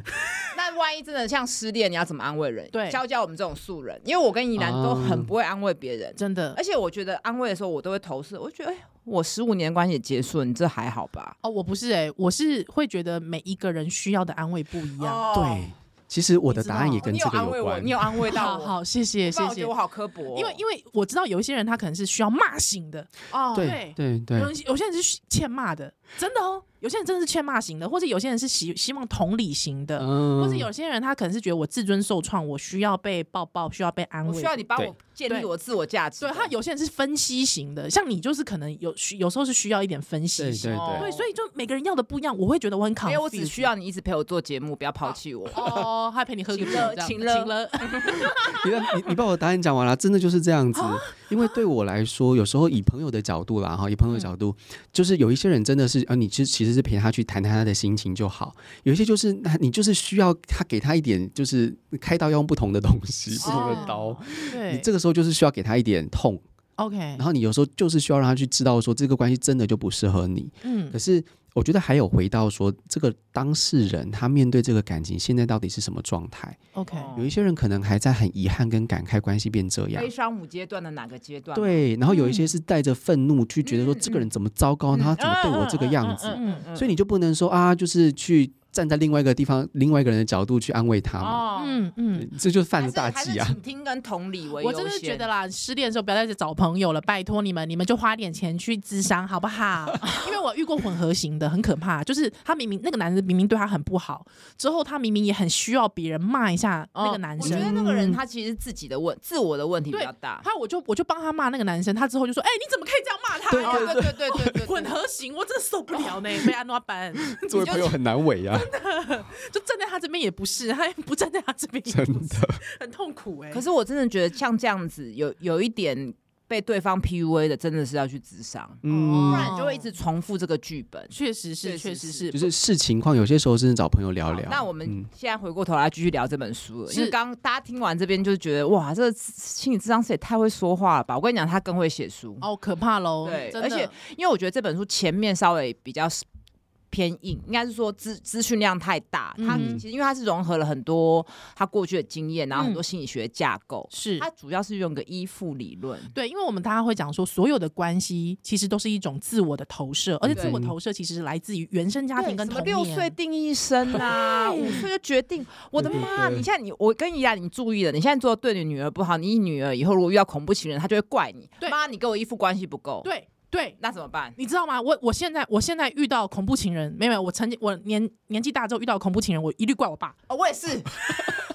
Speaker 2: 那万一真的像失恋，你要怎么安慰人？
Speaker 1: 对
Speaker 2: 教教我们这种素人，因为我跟怡兰
Speaker 3: 啊
Speaker 2: 都很不会安慰别人，
Speaker 1: 真的
Speaker 2: 而且我觉得安慰的时候，我都会投射，我就觉得哎，我十五年关系也结束了，你这还好吧？
Speaker 1: 哦，我不是哎、我是会觉得每一个人需要的安慰不一
Speaker 2: 哦
Speaker 1: 样。
Speaker 3: 对，其实我的答案
Speaker 1: 哦你
Speaker 3: 也
Speaker 1: 知道
Speaker 3: 跟
Speaker 2: 你
Speaker 3: 这
Speaker 2: 有
Speaker 3: 个
Speaker 2: 安慰我，
Speaker 3: 关
Speaker 2: 你。有安慰到
Speaker 1: 好
Speaker 2: 我，
Speaker 1: 好，谢谢
Speaker 2: 不
Speaker 1: 谢
Speaker 2: 然我觉
Speaker 1: 谢
Speaker 2: 得我。好刻薄哦，
Speaker 1: 因为因为我知道有一些人他可能是需要骂醒的，
Speaker 2: 哦
Speaker 3: 对
Speaker 1: 对
Speaker 3: 对对
Speaker 1: 有，人有些人是欠骂的，真的哦。有些人真的是欠骂型的，或者有些人是希希望同理型的，
Speaker 3: 嗯
Speaker 1: 或者有些人他可能是觉得我自尊受创，我需要被抱抱，需要被安
Speaker 2: 我
Speaker 1: 慰
Speaker 2: 需。要你帮
Speaker 3: 对
Speaker 2: 我建立
Speaker 1: 对
Speaker 2: 我自我价值
Speaker 1: 对
Speaker 2: 的。
Speaker 1: 他有些人是分析型的，像你就是可能有需有时候是需要一点分析
Speaker 3: 对
Speaker 1: 型。
Speaker 3: 对
Speaker 2: 哦
Speaker 3: 对，
Speaker 1: 对，所以就每个人要的不一样，我会觉得我很 c o
Speaker 2: 没有，我只需要你一直陪我做节目，不要抛弃我。
Speaker 1: 哦，还陪你喝个酒，
Speaker 2: 请了
Speaker 1: 这样
Speaker 2: 请了
Speaker 1: 请 了，
Speaker 3: 你的你你把我答案讲完了，真的就是这样子。
Speaker 1: 哦
Speaker 3: 因为对我来说，有时候以朋友的角度啦，哈，以
Speaker 1: 嗯
Speaker 3: 朋友的角度，就是有一些人真的是，呃，你其实其实是陪他去谈谈他的心情就好。有一些就是，那你就是需要他给他一点，就是开刀要用不同的东西，不同的刀。你
Speaker 1: 哦对
Speaker 3: 这个时候就是需要给他一点痛，
Speaker 1: ，OK，
Speaker 3: 然后你有时候就是需要让他去知道说这个关系真的就不适合你。
Speaker 1: 嗯
Speaker 3: 可，是我觉得还有回到说，这个当事人他面对这个感情现在到底是什么状态？
Speaker 1: OK，
Speaker 2: 哦
Speaker 3: 有一些人可能还在很遗憾跟感慨，关系变这样
Speaker 2: 悲。伤五阶段的哪个阶段？，
Speaker 3: 对，然后有一些是带着愤怒去觉得说
Speaker 2: 嗯
Speaker 3: 这个人怎么糟糕，
Speaker 2: 嗯
Speaker 3: 他怎么对我这个样子，
Speaker 1: 嗯
Speaker 3: 所以你就不能说啊，就是去站在另外一个地方、另外一个人的角度去安慰他嘛，
Speaker 2: 哦，
Speaker 1: 嗯嗯，
Speaker 3: 这就犯
Speaker 2: 还
Speaker 3: 了
Speaker 2: 是
Speaker 3: 大忌
Speaker 2: 还是
Speaker 3: 啊。
Speaker 2: 请听跟同理为优
Speaker 1: 我
Speaker 2: 先。
Speaker 1: 真的觉得啦，失恋的时候不要再去找朋友了，拜托你们，你们就花点钱去咨商好不好？ 因为我遇过混合型的，很可怕，就是他明明那个男人明明对他很不好，之后他明明也很需要别人骂一下那个
Speaker 2: 嗯
Speaker 1: 男
Speaker 2: 我觉
Speaker 1: 生。
Speaker 2: 得那个人他其实自己的问自我的问题比
Speaker 1: 对
Speaker 2: 较大。
Speaker 1: 他我就我就帮他骂那个男生，他之后就说：“哎、你怎么可以这样骂他？”
Speaker 3: 对
Speaker 1: 哦
Speaker 2: 哦，对对对对 哦对，
Speaker 1: 混合型，我真的受不了呢，被安诺班
Speaker 3: 作为朋友很难为啊，
Speaker 1: 就站在他这边也不是，他不站在他这边也
Speaker 3: 真
Speaker 1: 不是，
Speaker 3: 的。
Speaker 1: 很痛苦哎、
Speaker 2: 可是我真的觉得像这样子，有有一点被对方 PUA 的，真的是要去智商，
Speaker 3: 嗯，
Speaker 2: 不然你就会一直重复这个剧本。
Speaker 1: 确实是，
Speaker 2: 确
Speaker 1: 确
Speaker 2: 实
Speaker 1: 实
Speaker 2: 是
Speaker 1: 是，
Speaker 3: 就是视情况，有些时候真的找朋友聊聊。
Speaker 2: 那我们现在回过头来继续聊这本书了，因为
Speaker 1: 是
Speaker 2: 刚刚大家听完这边就是觉得哇，这个心理智商师也太会说话了吧！我跟你讲，他更会写书，
Speaker 1: 哦，可怕喽！
Speaker 2: 对，
Speaker 1: 真
Speaker 2: 而
Speaker 1: 的
Speaker 2: 且因为我觉得这本书前面稍微比较是偏硬，应该是说资资讯量太大。它
Speaker 1: 嗯
Speaker 2: 其实因为它是融合了很多他过去的经验，然后很多心理学架构。
Speaker 1: 是
Speaker 2: 它主要嗯是用个依附理论，
Speaker 1: 对，因为我们大家会讲说，所有的关系其实都是一种自我的投射，而且自我投射其实是来自于原生家庭跟
Speaker 2: 什
Speaker 1: 童
Speaker 2: 么
Speaker 1: 年。
Speaker 2: 六岁定一生 啊，五岁就决定。我的
Speaker 3: 对对
Speaker 2: 妈！
Speaker 3: 对
Speaker 2: 你现在你我跟怡然，你注意了，你现在做得对你女儿不好，你女儿以后如果遇到恐怖情人，她就会怪你。
Speaker 1: 对
Speaker 2: 妈，你跟我依附关系不够，
Speaker 1: 对对，
Speaker 2: 那怎么办？
Speaker 1: 你知道吗？我我现在我现在遇到恐怖情人，没有没有，我曾经我年年纪大之后遇到恐怖情人，我一律怪我爸。
Speaker 2: 哦，我也是，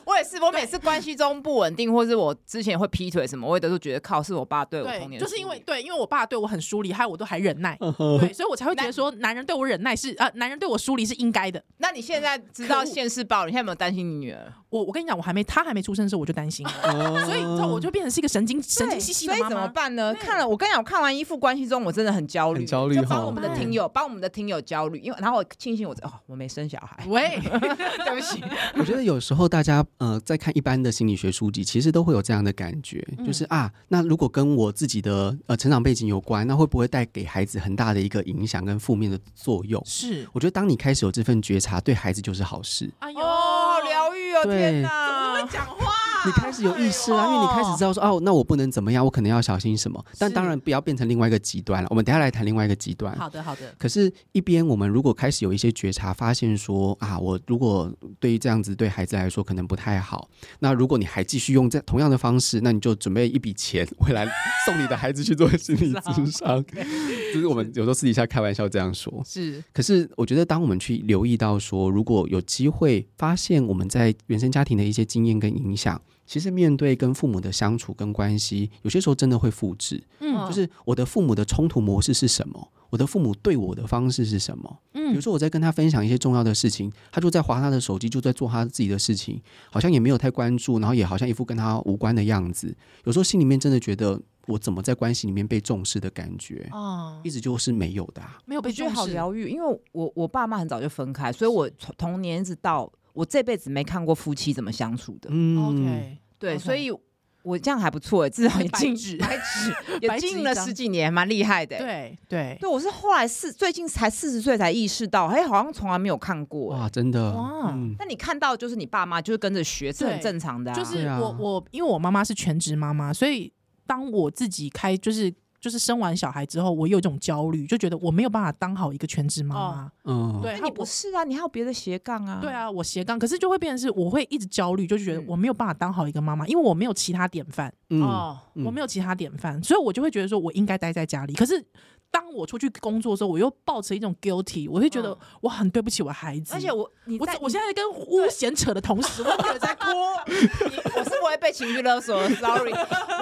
Speaker 2: 我也是，我每次关系中不稳定，或是我之前会劈腿什么，我也都是觉得靠是我爸对我童
Speaker 1: 对，
Speaker 2: 年的
Speaker 1: 就
Speaker 2: 疏
Speaker 1: 是
Speaker 2: 离，
Speaker 1: 因为对，因为我爸对我很疏离，害我都还忍 耐。
Speaker 3: 嗯哼
Speaker 1: 对，所以我才会觉得说，男人对我忍耐是啊、男人对我疏离是应该的。
Speaker 2: 那你现在知道
Speaker 1: 可恶
Speaker 2: 现世报，你现在有没有担心你女儿？
Speaker 1: 我我跟你讲，我还没他还没出生的时候我就担心了，
Speaker 3: 哦
Speaker 1: 所以你知道我就变成是一个神经神经兮兮的
Speaker 2: 所以
Speaker 1: 妈
Speaker 2: 怎么
Speaker 1: 妈。
Speaker 2: 办呢？看了我跟你讲，我看完依附关系中，我真的很焦虑，
Speaker 3: 很焦虑
Speaker 2: 就帮
Speaker 3: 吼
Speaker 2: 我们的听友，帮我们的听友焦虑，因为然后我庆幸我哦，我没生小孩，
Speaker 1: 喂，
Speaker 2: 对不 起，
Speaker 3: 我觉得有时候大家呃在看一般的心理学书籍，其实都会有这样的感觉，就是啊，那如果跟我自己的呃成长背景有关，那会不会带给孩子很大的一个影响跟负面的作用？
Speaker 1: 是，
Speaker 3: 我觉得当你开始有这份觉察，对孩子就是好事。
Speaker 1: 哎呦，
Speaker 2: 哦，好疗愈哦，
Speaker 3: 对
Speaker 2: 天哪，
Speaker 1: 讲话。啊
Speaker 2: 啊
Speaker 3: 你开始有意识啦，
Speaker 2: 哎呦
Speaker 3: 因为你开始知道说哦，那我不能怎么样，我可能要小心什么。但当然不要变成另外一个极端了。我们等一下来谈另外一个极端。
Speaker 1: 好的，好的，
Speaker 3: 可是，一边我们如果开始有一些觉察，发现说啊，我如果对于这样子对孩子来说可能不太好，那如果你还继续用这同样的方式，那你就准备一笔钱未来送你的孩子去做心理咨商。就是我们有时候私底下开玩笑这样说。
Speaker 1: 是
Speaker 3: 可是，我觉得当我们去留意到说，如果有机会发现我们在原生家庭的一些经验跟影响，其实面对跟父母的相处跟关系，有些时候真的会复制。
Speaker 1: 嗯
Speaker 3: 就是我的父母的冲突模式是什么？我的父母对我的方式是什么？比如
Speaker 1: 嗯，
Speaker 3: 说我在跟他分享一些重要的事情，他就在划他的手机，就在做他自己的事情，好像也没有太关注，然后也好像一副跟他无关的样子。有时候心里面真的觉得我怎么在关系里面被重视的感觉，
Speaker 1: 哦，
Speaker 3: 一直就是没有的、啊。
Speaker 1: 没有
Speaker 2: 我
Speaker 1: 被
Speaker 2: 觉得
Speaker 1: 重
Speaker 2: 好
Speaker 1: 视，
Speaker 2: 疗愈，因为我我爸妈很早就分开，所以我从童年一直到我这辈子没看过夫妻怎么相处的，
Speaker 3: 嗯
Speaker 1: OK，
Speaker 2: 对，
Speaker 1: OK
Speaker 2: 所以我这样还不错欸，至少也
Speaker 1: 白
Speaker 2: 进
Speaker 1: 纸
Speaker 2: 白纸也
Speaker 1: 白纸
Speaker 2: 进
Speaker 1: 一
Speaker 2: 了
Speaker 1: 张
Speaker 2: 十几年，蛮厉害的欸。
Speaker 1: 对对，
Speaker 2: 对，我是后来四最近才四十岁才意识到，哎，好像从来没有看过欸。
Speaker 3: 哇，真的
Speaker 1: 哇
Speaker 3: 嗯
Speaker 2: 那你看到就是你爸妈就是跟着学，是很
Speaker 1: 对
Speaker 2: 正常的啊。
Speaker 1: 就是
Speaker 3: 对啊
Speaker 1: 我我因为我妈妈是全职妈妈，所以当我自己开就是就是生完小孩之后，我有一种焦虑，就觉得我没有办法当好一个全职妈妈。
Speaker 3: 嗯，
Speaker 1: 对，还
Speaker 2: 那
Speaker 1: 有
Speaker 2: 你哦不
Speaker 1: 我
Speaker 2: 是啊，你还有别的斜杠啊。
Speaker 1: 对，啊，我斜杠，可是就会变成是我会一直焦虑，就是觉得
Speaker 2: 嗯
Speaker 1: 我没有办法当好一个妈妈，因为我没有其他典范，
Speaker 3: 嗯，
Speaker 2: 哦，
Speaker 3: 嗯
Speaker 1: 我没有其他典范，所以我就会觉得说我应该待在家里。可是当我出去工作的时候，我又抱持一种 guilty，我会觉得
Speaker 2: 嗯
Speaker 1: 我很对不起我孩子，
Speaker 2: 而且我你
Speaker 1: 我
Speaker 2: 在
Speaker 1: 在我现在在跟乌闲扯的同 时，我女儿在 哭。
Speaker 2: 你我是不会被情绪勒索的，sorry。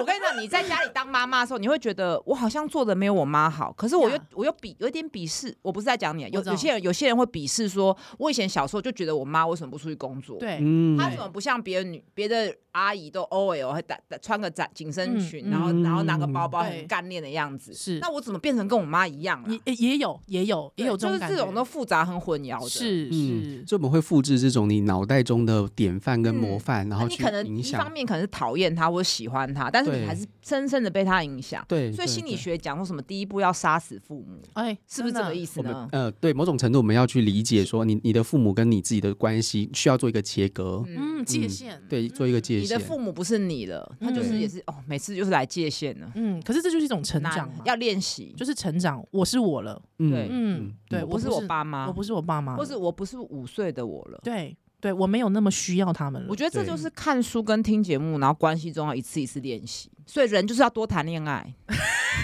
Speaker 2: 我跟你讲，你在家里当妈妈的时候，你会觉得我好像做的没有我妈好，可是我又
Speaker 1: Yeah
Speaker 2: 我又鄙有点鄙视，我不是在讲你，啊有
Speaker 1: 我知道
Speaker 2: 有些人有些人会鄙视说，我以前小时候就觉得我妈为什么不出去工作？。
Speaker 1: 对，
Speaker 3: 嗯
Speaker 2: 她怎么不像别的女别的阿姨都 O L 还打打穿个紧紧身裙，
Speaker 1: 嗯
Speaker 2: 然后
Speaker 3: 嗯
Speaker 2: 然后拿个包包
Speaker 1: 对
Speaker 2: 很干练的样子？
Speaker 1: 是
Speaker 2: 那我怎么变成跟我妈一样了、
Speaker 1: 也也也有也有也有
Speaker 2: 对就是
Speaker 1: 感
Speaker 2: 这
Speaker 1: 觉，
Speaker 2: 种都复杂很混淆的。
Speaker 1: 是
Speaker 3: 嗯
Speaker 1: 是，
Speaker 3: 所以我们会复制这种你脑袋中的典范跟模
Speaker 2: 嗯
Speaker 3: 范，然
Speaker 2: 那
Speaker 3: 后
Speaker 2: 你
Speaker 3: 去
Speaker 2: 可能
Speaker 3: 影
Speaker 2: 一方
Speaker 3: 响。
Speaker 2: 面可能是讨厌他或者喜欢他，但是
Speaker 3: 对
Speaker 2: 你还是深深的被他影响。
Speaker 3: 对，
Speaker 2: 所以
Speaker 3: 对
Speaker 2: 心理
Speaker 3: 对
Speaker 2: 学讲说什么第一步要杀死父母，
Speaker 1: 哎，
Speaker 2: 是不是这
Speaker 1: 真的
Speaker 2: 个意思
Speaker 3: 我们
Speaker 2: 呢？
Speaker 3: 呃，对某种程度我们要去理解说你，你的父母跟你自己的关系需要做一个切割，
Speaker 2: 嗯，
Speaker 1: 嗯，界限。
Speaker 3: 对，做一个界
Speaker 2: 你的
Speaker 3: 限。
Speaker 2: 父母不是你了，他
Speaker 1: 嗯
Speaker 2: 就是也是哦，每次就是来界限了，
Speaker 1: 嗯，可是这就是一种成长
Speaker 2: 难
Speaker 1: 嘛，
Speaker 2: 要练习，
Speaker 1: 就是成长。我是我了，
Speaker 2: 对
Speaker 1: 嗯，对，
Speaker 2: 我不是我爸妈
Speaker 1: 我，不是我爸妈了，
Speaker 2: 啊或者我不是五岁的我了。
Speaker 1: 对对，我没有那么需要他们了。
Speaker 2: 我觉得这
Speaker 3: 对
Speaker 2: 就是看书跟听节目，然后关系中要一次一次练习，所以人就是要多谈恋爱，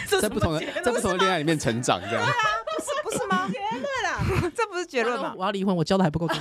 Speaker 1: 这
Speaker 3: 在不同的在不同的恋爱里面成长，这样。
Speaker 2: 不是吗？结论啊， 这不是结论吗？
Speaker 1: 我要离婚，我交的还不够 多。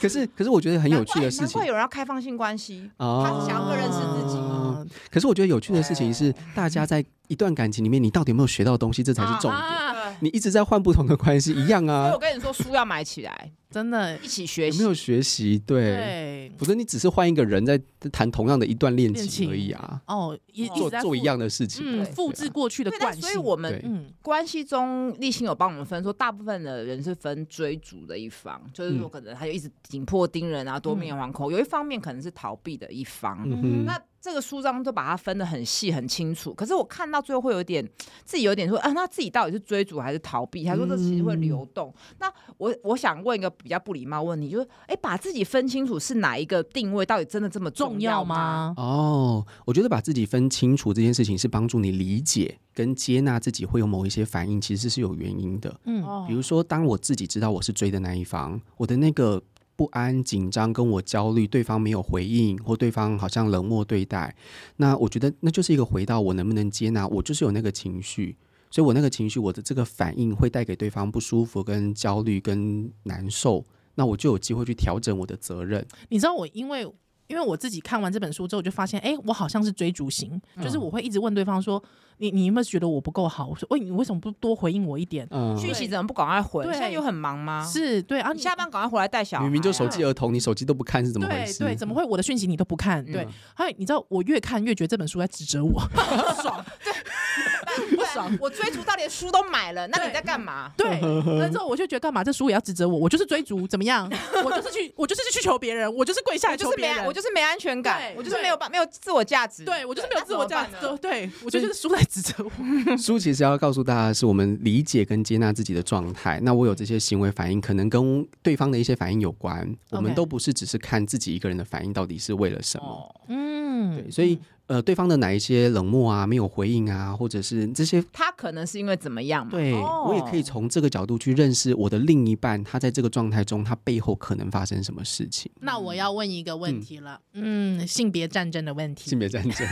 Speaker 3: 可是可是我觉得很有趣的
Speaker 2: 难怪
Speaker 3: 事
Speaker 2: 哎难
Speaker 3: 情
Speaker 2: 怪有人要开放性关系，
Speaker 3: 啊
Speaker 2: 他想要更认识自己
Speaker 1: 啊
Speaker 3: 嗯可是我觉得有趣的事情是，大家在一段感情里面，你到底有没有学到东西，这才是重点。
Speaker 1: 啊，
Speaker 2: 对。
Speaker 3: 你一直在换不同的关系，一样
Speaker 2: 所以
Speaker 3: 啊
Speaker 2: 我，跟你说，书要买起来，
Speaker 1: 真的
Speaker 2: 一起学
Speaker 3: 有没
Speaker 2: 习。
Speaker 3: 有学习？对，
Speaker 1: 对
Speaker 3: 不是你只是换一个人在谈同样的一段恋
Speaker 1: 恋
Speaker 3: 情
Speaker 1: 情
Speaker 3: 而已啊，
Speaker 1: 哦，也
Speaker 2: 做
Speaker 1: 直
Speaker 3: 做
Speaker 1: 在
Speaker 3: 做
Speaker 1: 复
Speaker 3: 一，样的事情，
Speaker 1: 嗯，
Speaker 3: 对
Speaker 1: 复制过去的
Speaker 2: 对，那
Speaker 1: 惯性。
Speaker 2: 所以我们
Speaker 3: 对
Speaker 1: 嗯
Speaker 2: 关系中，立新有帮我们分说，大部分的人是分追逐的一方，就是说可能他就一直紧迫盯人啊，多面惶恐；有一方面可能是逃避的一方。
Speaker 3: 嗯哼，
Speaker 2: 那这个书章都把它分得很细很清楚，可是我看到最后会有点自己有点说啊，那自己到底是追逐还是逃避？他说这其实会
Speaker 3: 嗯
Speaker 2: 流动。那我我想问一个比较不礼貌的问题，就是哎、把自己分清楚是哪一个定位，到底真的这么
Speaker 1: 重
Speaker 2: 要
Speaker 1: 要？吗？
Speaker 3: 哦，我觉得把自己分清楚这件事情是帮助你理解跟接纳自己会有某一些反应，其实是有原因的。
Speaker 1: 嗯，
Speaker 2: 哦
Speaker 3: 比如说，当我自己知道我是追的那一方，我的那个不安、紧张跟我焦虑，对方没有回应或对方好像冷漠对待，那我觉得那就是一个回到我能不能接纳，我就是有那个情绪。所以我那个情绪，我的这个反应会带给对方不舒服、跟焦虑、跟难受，那我就有机会去调整我的责任。
Speaker 1: 你知道我因为。因为我自己看完这本书之后，我就发现，哎、我好像是追逐型，
Speaker 3: 嗯
Speaker 1: 就是我会一直问对方说，你你有没有觉得我不够好？我说，喂，你为什么不多回应我一点？
Speaker 3: 嗯，
Speaker 2: 讯息怎么不赶快回？
Speaker 1: 对
Speaker 2: 现在又很忙吗？
Speaker 1: 是对啊，
Speaker 2: 你下班赶快回来带小孩、啊。
Speaker 3: 明明就手机儿童，你手机都不看是怎么回
Speaker 1: 对
Speaker 3: 事？嗯
Speaker 1: 对，怎么会我的讯息你都不看？对，还有你知道我越看越觉得这本书在指责我，爽。
Speaker 2: 不爽，我追逐到连书都买了，那你在干嘛？
Speaker 1: 对，那之后我就觉得干嘛这书也要指责我？我就是追逐，怎么样？我就是去，我就是去求别人，我就是跪下
Speaker 2: 我
Speaker 1: 来
Speaker 2: 就
Speaker 1: 求
Speaker 2: 是没
Speaker 1: 别
Speaker 2: 安，
Speaker 1: 人，
Speaker 2: 我就是没安全感，
Speaker 1: 对
Speaker 2: 我就是没有办没有自我价值，
Speaker 1: 对我就是没有自我价值
Speaker 2: 那怎么，
Speaker 1: 对我觉得就是书在指责我。
Speaker 3: 书其实要告诉大家，是我们理解跟接纳自己的状态。那我有这些行为反应，可能跟对方的一些反应有关。我们都不是只是看自己一个人的反应到底是为了什么。
Speaker 2: 哦，
Speaker 1: 嗯，
Speaker 3: 对，所以呃，对方的哪一些冷漠啊、没有回应啊，或者是这些，
Speaker 2: 他可能是因为怎么样嘛？
Speaker 3: 对、
Speaker 2: 哦
Speaker 3: 我也可以从这个角度去认识我的另一半，他在这个状态中，他背后可能发生什么事情。
Speaker 1: 那我要问一个问题了，嗯，性别战争的问
Speaker 3: 性
Speaker 1: 题。
Speaker 3: 别战争，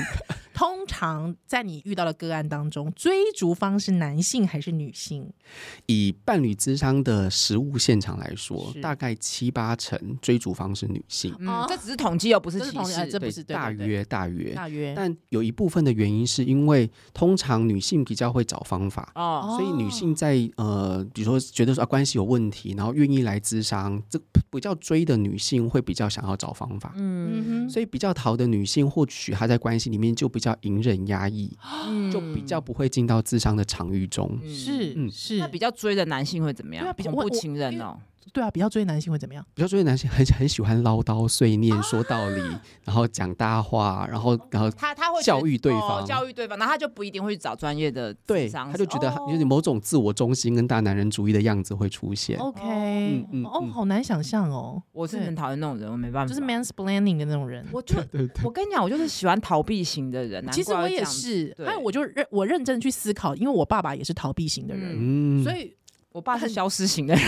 Speaker 1: 通常在你遇到的个案当中，追逐方是男性还是女性？
Speaker 3: 以伴侣智商的实物现场来说，
Speaker 1: 是
Speaker 3: 大概七八成追逐方是女性，
Speaker 2: 嗯
Speaker 1: 哦，
Speaker 2: 这只是统计哎又不是
Speaker 1: 这是
Speaker 2: 歧
Speaker 1: 同呃这
Speaker 2: 视。
Speaker 1: 不是对
Speaker 3: 大
Speaker 1: 对对
Speaker 3: 约大约
Speaker 1: 大约
Speaker 3: 但有一部分的原因是因为通常女性比较会找方法，
Speaker 2: 哦，
Speaker 1: 哦
Speaker 3: 所以女性在呃，比如说觉得说啊关系有问题，然后愿意来咨商，这比较追的女性会比较想要找方法。
Speaker 1: 嗯哼，
Speaker 3: 所以比较逃的女性，或许她在关系里面就比较隐忍压抑，
Speaker 2: 嗯
Speaker 3: 就比较不会进到智商的场域中。
Speaker 2: 嗯
Speaker 1: 是
Speaker 3: 嗯
Speaker 1: 是
Speaker 2: 那比较追的男性会怎么样
Speaker 1: 对啊？比较
Speaker 2: 恐
Speaker 1: 我
Speaker 2: 怖
Speaker 1: 我
Speaker 2: 情人哦，
Speaker 1: 对啊，比较追男性会怎么样？
Speaker 3: 比较追的男性很很喜欢唠叨碎念、
Speaker 1: 啊
Speaker 3: 说道理，然后讲大话，然后然后
Speaker 2: 他他会觉得
Speaker 3: 教育对
Speaker 2: 哦
Speaker 3: 方
Speaker 2: 教育对方，然后他就不一定会去找专业的
Speaker 3: 对，
Speaker 2: 智商
Speaker 3: 他就觉得他
Speaker 2: 哦
Speaker 3: 有点某种自我中心跟大男人主义的样子会出现。
Speaker 1: OK，
Speaker 2: 嗯
Speaker 3: 哦嗯
Speaker 1: 哦，
Speaker 3: 嗯
Speaker 1: 好难想象哦，
Speaker 2: 我是
Speaker 1: 对
Speaker 2: 很讨厌那种人，我没办法，
Speaker 1: 就是 mansplaining 的那种人。
Speaker 2: 我 就
Speaker 3: 对对
Speaker 2: 我跟你讲，我就是喜欢逃避型的人，
Speaker 1: 其实
Speaker 2: 难
Speaker 1: 我
Speaker 2: 怪会这
Speaker 1: 也
Speaker 2: 样子，
Speaker 1: 是，
Speaker 2: 对
Speaker 1: 但我就认我认真去思考，因为我爸爸也是逃避型的人，
Speaker 2: 嗯
Speaker 3: 嗯，
Speaker 1: 所以
Speaker 2: 我爸是
Speaker 1: 很
Speaker 2: 消失型的 人，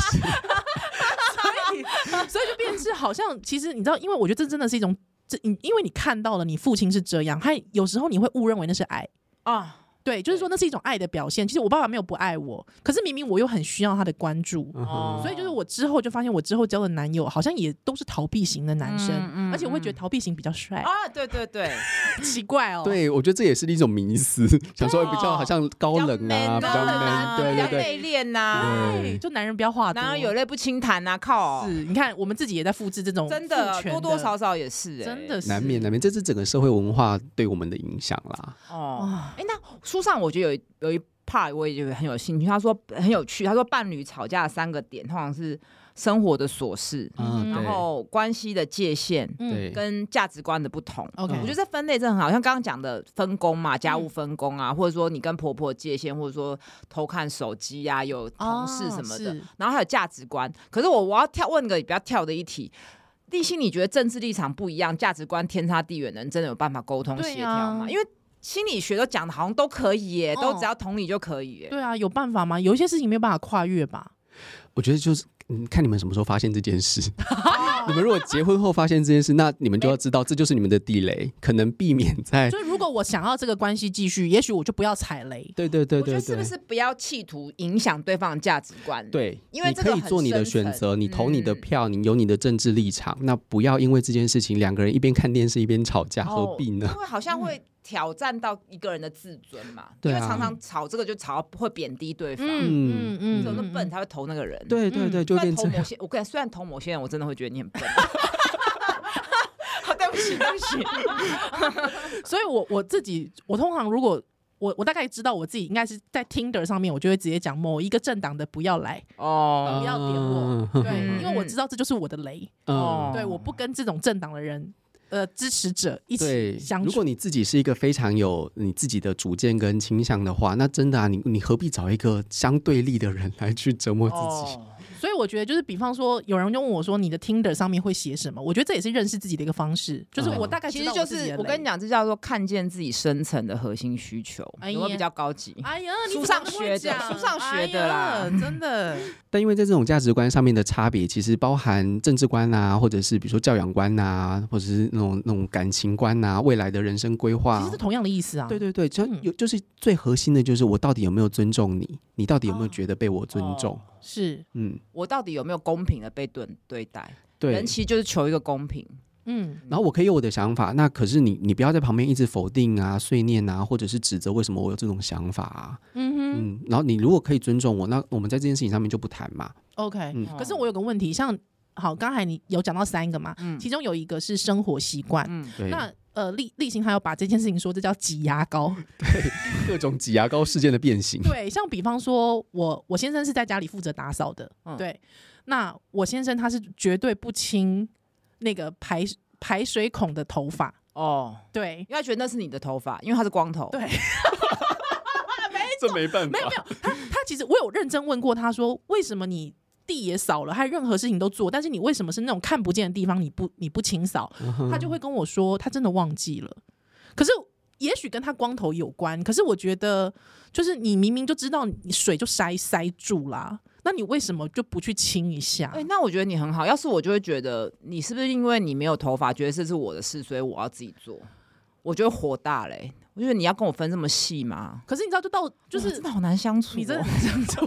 Speaker 1: 所以所以就变成是好像，其实你知道，因为我觉得这真的是一种，这你因为你看到了你父亲是这样，他有时候你会误认为那是爱，
Speaker 2: 啊，
Speaker 1: 对，就是说那是一种爱的表现。其实我爸爸没有不爱我，可是明明我又很需要他的关注。
Speaker 3: 嗯
Speaker 2: 哦
Speaker 3: 哼
Speaker 1: 所以就是我之后就发现，我之后交的男友好像也都是逃避型的男生，
Speaker 2: 嗯嗯
Speaker 1: 而且我会觉得逃避型比较帅，
Speaker 2: 啊，对对对，
Speaker 1: 奇怪 哦。
Speaker 3: 对，我觉得这也是一种迷思，想说比较好像高冷啊，
Speaker 2: 啊比
Speaker 3: 比较
Speaker 2: 较 man 啊
Speaker 3: man，对
Speaker 2: 比较
Speaker 3: 对对
Speaker 2: 内敛呐，
Speaker 1: 哎，
Speaker 3: 对，
Speaker 1: 就男人不要话多，
Speaker 2: 男人有泪不轻弹呐，靠
Speaker 1: 是，，你看我们自己也在复制这种
Speaker 2: 真的
Speaker 1: 父权
Speaker 2: 多多少少也是，哎
Speaker 1: 真的是
Speaker 3: 难免难免，这是整个社会文化对我们的影响啦。
Speaker 2: 哦。
Speaker 1: 啊，
Speaker 2: 哎，那书上我觉得有一有一 part 我也觉得很有兴趣，他说很有趣，他说伴侣吵架的三个点通常是生活的琐事，
Speaker 1: 嗯
Speaker 3: 嗯，
Speaker 2: 然后关系的界限
Speaker 1: 嗯
Speaker 3: 对对，
Speaker 2: 跟价值观的不同。
Speaker 1: OK，
Speaker 2: 我觉得这分类真的很好，像刚刚讲的分工嘛，家务
Speaker 1: 嗯
Speaker 2: 分工啊，或者说你跟婆婆界限，或者说偷看手机啊，有同事什么的，
Speaker 1: 哦
Speaker 2: 然后还有价值观。可是我我要跳问个比较跳的一题，立新，你觉得政治立场不一样，价值观天差地远的人，真的有办法沟通
Speaker 1: 对
Speaker 2: 协调吗？
Speaker 1: 呀
Speaker 2: 因为心理学都讲的好像都可以耶，
Speaker 1: 哦
Speaker 2: 都只要同理就可以耶。
Speaker 1: 对啊，有办法吗？有一些事情没有办法跨越吧？
Speaker 3: 我觉得就是。嗯，看你们什么时候发现这件 事。
Speaker 2: 哦
Speaker 3: 你们如果结婚后发现这件事，那你们就要知道，这就是你们的地雷，可能避免在
Speaker 1: 所以如果我想要这个关系继续，也许我就不要踩雷。
Speaker 3: 对对对
Speaker 2: 我觉
Speaker 3: 对
Speaker 2: 得是不
Speaker 3: 对
Speaker 2: 是不要企图影响对方的价值观？，
Speaker 3: 对，
Speaker 2: 因为
Speaker 3: 你
Speaker 2: 这
Speaker 3: 可
Speaker 2: 个
Speaker 3: 以
Speaker 2: 很
Speaker 3: 做你的
Speaker 2: 深
Speaker 3: 选
Speaker 2: 层
Speaker 3: 择，你投你的
Speaker 2: 嗯
Speaker 3: 票，你有你的政治立场，那不要因为这件事情两个人一边看电视一边吵架，何必呢？
Speaker 2: 因为好像会挑战到一个人的自尊嘛，
Speaker 3: 对啊
Speaker 2: 因为常常吵这个就吵到会贬低对方，
Speaker 1: 嗯嗯
Speaker 2: 所以
Speaker 1: 嗯
Speaker 2: 我说笨才会投那个人。，
Speaker 3: 对对对，
Speaker 2: 虽
Speaker 3: 就有
Speaker 2: 然
Speaker 3: 点
Speaker 2: 投
Speaker 3: 这
Speaker 2: 某
Speaker 3: 样。
Speaker 2: 些，我跟你讲虽然投某些人，我真的会觉得你很笨。 好，对不起，对不起。
Speaker 1: 所以我我自己，我通常如果我我大概知道我自己应该是在 Tinder 上面，我就会直接讲某一个政党的不要来，
Speaker 2: 哦
Speaker 1: 不要点我
Speaker 3: 嗯，
Speaker 1: 对，
Speaker 2: 嗯
Speaker 1: 因为我知道这就是我的雷，
Speaker 2: 哦
Speaker 1: 对，我不跟这种政党的人。呃，支持者一起
Speaker 3: 对，
Speaker 1: 相
Speaker 3: 如
Speaker 1: 处
Speaker 3: 果，你自己是一个非常有你自己的主见跟倾向的话，那真的啊，你你何必找一个相对立的人来去折磨自
Speaker 2: 哦
Speaker 3: 己？
Speaker 1: 所以我觉得就是，比方说，有人就问我说，你的 Tinder 上面会写什么？我觉得这也是认识自己的一个方式，就是我大概
Speaker 2: 其
Speaker 1: 知
Speaker 2: 实
Speaker 1: 道
Speaker 2: 就
Speaker 1: 自己
Speaker 2: 是
Speaker 1: 的
Speaker 2: 我跟你
Speaker 1: 雷，
Speaker 2: 讲，这叫做看见自己深层的核心需求，
Speaker 1: 哎呀
Speaker 2: 有没有比较高级？
Speaker 1: 哎呀，你
Speaker 2: 书
Speaker 1: 怎么
Speaker 2: 上
Speaker 1: 那么会
Speaker 2: 学的
Speaker 1: 讲
Speaker 2: 书上学的啦
Speaker 1: 哎呀真的，
Speaker 3: 但因为在这种价值观上面的差别，其实包含政治观啊，或者是比如说教养观啊，或者是那种那种感情观啊，未来的人生规划
Speaker 1: 其实
Speaker 3: 啊
Speaker 1: 是，同样的意思啊。
Speaker 3: 对对对，就
Speaker 1: 嗯
Speaker 3: 有就是最核心的就是我到底有没有尊重你，你到底有没有
Speaker 1: 哦
Speaker 3: 觉得被我尊重？
Speaker 2: 哦
Speaker 1: 是，
Speaker 3: 嗯，
Speaker 2: 我到底有没有公平的被对对待？
Speaker 3: 对
Speaker 2: 人。其实就是求一个公平。
Speaker 1: 嗯，
Speaker 3: 然后我可以有我的想法，那可是你你不要在旁边一直否定啊、碎念啊，或者是指责为什么我有这种想法啊。
Speaker 1: 嗯哼
Speaker 3: 嗯，然后你如果可以尊重我，那我们在这件事情上面就不谈嘛。
Speaker 1: ，OK。
Speaker 3: 嗯
Speaker 1: 可是我有个问题，像好，刚才你有讲到三个嘛，
Speaker 2: 嗯
Speaker 1: 其中有一个是生活习惯，
Speaker 2: 嗯，
Speaker 3: 对，
Speaker 1: 那呃，例例行还有把这件事情说，这叫挤牙 膏。
Speaker 3: 各种挤牙膏事件的变形，
Speaker 1: 对，像比方说我我先生是在家里负责打扫的，
Speaker 2: 嗯
Speaker 1: 对，那我先生他是绝对不清那个排排水孔的头发，
Speaker 2: 哦，
Speaker 1: 对。
Speaker 2: 因为他觉得那是你的头发，因为他是光头。
Speaker 1: 对
Speaker 3: 这没办法。
Speaker 1: 他其实我有认真问过他说，为什么你地也扫了，还有任何事情都做，但是你为什么是那种看不见的地方你不你不清扫？他就会跟我说，他真的忘记了。可是也许跟他光头有关，可是我觉得就是你明明就知道你水就塞塞住啦，那你为什么就不去清一下？
Speaker 2: 哎、那我觉得你很好。要是我就会觉得你是不是因为你没有头发，觉得这是我的事，所以我要自己做，我觉得火大嘞、我觉得你要跟我分这么细吗？
Speaker 1: 可是你知道，就到就
Speaker 2: 哇
Speaker 1: 是
Speaker 2: 真的好难相处哦、
Speaker 1: 你真的 很想做，。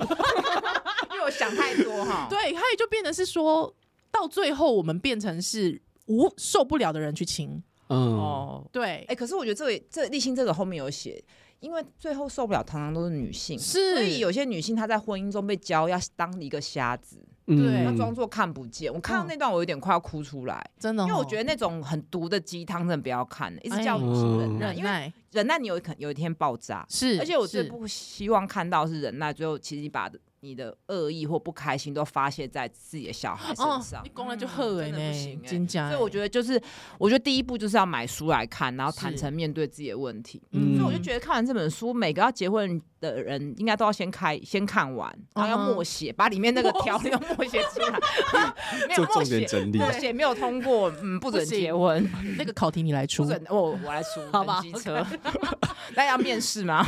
Speaker 2: 因为我想太多 哈
Speaker 1: 对，还有就变得是说到最后，我们变成是无受不了的人去清，
Speaker 3: 嗯，
Speaker 2: 哦，
Speaker 1: 对
Speaker 2: 哎、，可是我觉得这个这立新这个后面有写，因为最后受不了，常常都是女性，所以
Speaker 1: 是
Speaker 2: 有些女性她在婚姻中被教要当一个瞎子，
Speaker 1: 对
Speaker 2: 要
Speaker 3: 嗯
Speaker 2: 装作看不见。我看到那段，我有点快要哭出来，
Speaker 1: 真的哦，
Speaker 2: 因为我觉得那种很毒的鸡汤真的不要看，一直叫
Speaker 1: 哎
Speaker 2: 女性忍耐，
Speaker 1: 忍
Speaker 2: 因为
Speaker 1: 耐
Speaker 2: 忍耐你有可有一天爆炸。
Speaker 1: 是，
Speaker 2: 而且我最
Speaker 1: 是
Speaker 2: 不希望看到是忍耐，最后其实你把你的恶意或不开心都发泄在自己的小孩身上
Speaker 1: 哦
Speaker 2: 嗯
Speaker 1: 你。讲了就喝哎
Speaker 2: 真的不行
Speaker 1: 呢，
Speaker 2: 欸
Speaker 1: 真假？
Speaker 2: 所以我觉得就是，我觉得第一步就是要买书来看，然后坦诚面对自己的问题。
Speaker 1: 欸
Speaker 3: 嗯
Speaker 2: 所以我就觉得看完这本书，每个要结婚的人应该都要先开先看完，然后要
Speaker 1: 嗯哼
Speaker 2: 默写，把里面那个条例要默写出来， 没有
Speaker 3: 做重
Speaker 2: 默
Speaker 3: 点
Speaker 2: 写。
Speaker 3: 整理。
Speaker 2: 默写没有通过，嗯，不准
Speaker 1: 不行
Speaker 2: 结婚，
Speaker 1: 得那个考题你来
Speaker 2: 不
Speaker 1: 出。
Speaker 2: 准我我来出，
Speaker 1: 好吧
Speaker 2: 很机 车，那要面试吗？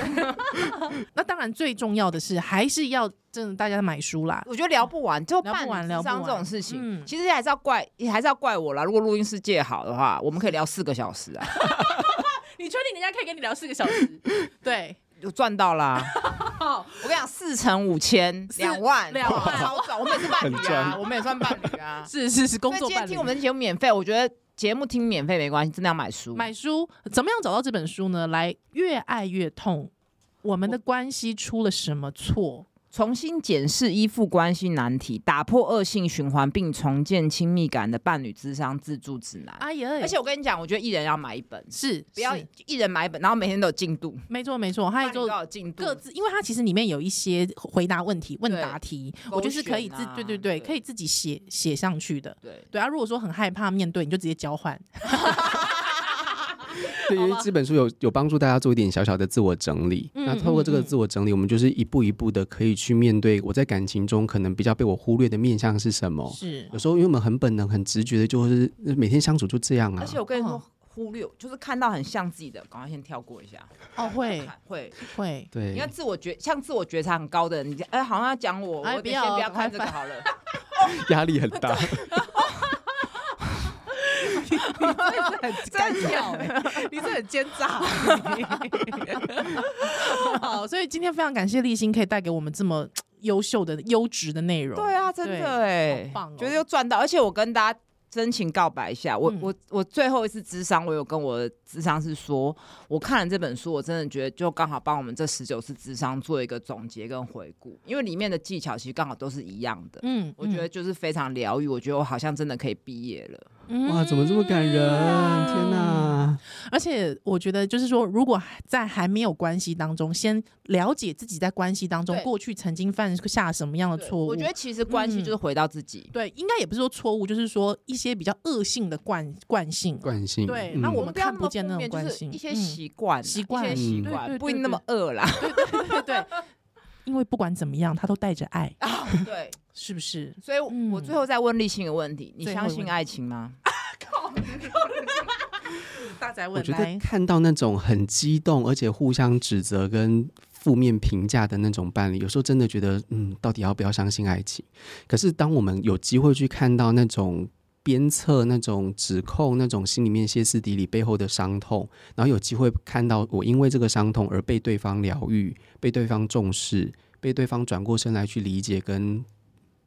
Speaker 1: 那当然最重要的是，还是要真的大家买书 啦。
Speaker 2: 我觉得聊不完，就
Speaker 1: 聊不
Speaker 2: 伴
Speaker 1: 完
Speaker 2: 侣
Speaker 1: 聊
Speaker 2: 智
Speaker 1: 不
Speaker 2: 商这
Speaker 1: 完
Speaker 2: 种事情，
Speaker 1: 嗯
Speaker 2: 其实还是要怪，还是要怪我啦。如果录音室借好的话，我们可以聊四个小时啊，
Speaker 1: 你确定人家可以跟你聊四个小 时？ 对，
Speaker 2: 就赚 到啦。我跟你讲，四乘五千，
Speaker 1: 四
Speaker 2: 两万，
Speaker 1: 两万。
Speaker 2: 超赚。我们也是伴
Speaker 3: 很
Speaker 2: 侣啊，
Speaker 3: 赚
Speaker 2: 我们也算伴侣啊
Speaker 1: 是是是，工
Speaker 2: 所以
Speaker 1: 作
Speaker 2: 今天
Speaker 1: 伴侣
Speaker 2: 听我。们的节目免费，我觉得节目听免费没关系，真的要买书。
Speaker 1: 买书怎么样找到这本书呢？来，越爱越痛，我们的关系出了什么错？
Speaker 2: 重新检视依附关系难题，打破恶性循环，并重建亲密感的伴侣智商自助指南。
Speaker 1: 哎呀，
Speaker 2: 而且我跟你讲，我觉得一人要买一本，
Speaker 1: 是
Speaker 2: 不要
Speaker 1: 是
Speaker 2: 一人买一本，然后每天都有进度，
Speaker 1: 没错没错，还有
Speaker 2: 伴侣都
Speaker 1: 就
Speaker 2: 有进度，
Speaker 1: 各自，因为它其实里面有一些回答问题、问答题，我觉得是可以自
Speaker 2: 勾选啊
Speaker 1: 对对对，
Speaker 2: 对
Speaker 1: 可以自己写写上去的。
Speaker 2: 对。
Speaker 1: 对啊，如果说很害怕面对，你就直接交换。
Speaker 3: 对，因为这本书有有帮助大家做一点小小的自我整理。
Speaker 1: 嗯
Speaker 3: 那透过这个自我整理，我们就是一步一步的可以去面对我在感情中可能比较被我忽略的面向是什么。
Speaker 1: 是啊
Speaker 3: 有时候因为我们很本能、很直觉的，就是呃每天相处就这样啊
Speaker 2: 而。且我跟你
Speaker 1: 嗯
Speaker 2: 说，忽略就是看到很像自己的，赶快先跳过一下。
Speaker 1: 哦， 会
Speaker 2: 看会，
Speaker 1: 会，
Speaker 3: 对
Speaker 2: 你，看自我觉像自我觉察很高的人，你哎、好像要讲我，
Speaker 1: 哎
Speaker 2: 我
Speaker 1: 不
Speaker 2: 得
Speaker 1: 要
Speaker 2: 先不要
Speaker 1: 赶快
Speaker 2: 看这个好 了。
Speaker 3: 压力很大。
Speaker 1: 干掉、欸，你这很奸诈。好，所以今天非常感谢立新可以带给我们这么优秀的、优质的内容。
Speaker 2: 对啊，真
Speaker 1: 对
Speaker 2: 的哎、
Speaker 1: 好棒哦
Speaker 2: 觉得又赚到。而且我跟大家真情告白一下，我、
Speaker 1: 嗯
Speaker 2: 我我最后一次智商，我有跟我的智商是说，我看了这本书，我真的觉得就刚好帮我们这十九次智商做一个总结跟回顾，因为里面的技巧其实刚好都是一样的。
Speaker 1: 嗯，
Speaker 2: 我觉得就是非常疗愈，我觉得我好像真的可以毕业了。
Speaker 1: 嗯
Speaker 3: 哇，怎么这么感人？天！哪！
Speaker 1: 而且我觉得，就是说，如果在还没有关系当中，先了解自己在关系当中
Speaker 2: 对
Speaker 1: 过去曾经犯下什么样的
Speaker 2: 对
Speaker 1: 错误，
Speaker 2: 我觉得其实关系
Speaker 1: 嗯
Speaker 2: 就是回到自己。
Speaker 1: 对，应该也不是说错误，就是说一些比较恶性的惯惯性。
Speaker 3: 惯性。
Speaker 1: 对
Speaker 3: 嗯
Speaker 1: 那我
Speaker 2: 啊我
Speaker 1: 们
Speaker 2: 们要
Speaker 1: 看不见那
Speaker 2: 么负
Speaker 1: 种
Speaker 2: 面
Speaker 1: 惯
Speaker 2: 就是
Speaker 1: 性
Speaker 2: 一
Speaker 1: 嗯
Speaker 2: 些习惯啊、
Speaker 1: 习惯
Speaker 2: 一些习
Speaker 1: 对
Speaker 3: 嗯
Speaker 1: 对
Speaker 2: 惯，不
Speaker 1: 对
Speaker 2: 一定那么 饿啦。
Speaker 1: 对对对对，因为不管怎么样，他都带着爱，
Speaker 2: 对，
Speaker 1: 是不是？
Speaker 2: 所以我
Speaker 1: 嗯
Speaker 2: 我最后再问立信一个问题：你
Speaker 1: 最后
Speaker 2: 相
Speaker 1: 一个问
Speaker 2: 信
Speaker 1: 题
Speaker 2: 爱情吗？
Speaker 1: 大宅
Speaker 3: 我
Speaker 1: 问
Speaker 3: 觉得看到那种很激动，而且互相指责跟负面评价的那种伴侣，有时候真的觉得，嗯，到底要不要相信爱情？可是当我们有机会去看到那种嗯鞭策、那种指控、那种心里面歇斯底里背后的伤痛，然后有机会看到我因为这个伤痛而被对方疗愈、被对方重视、被对方转过身来去理解跟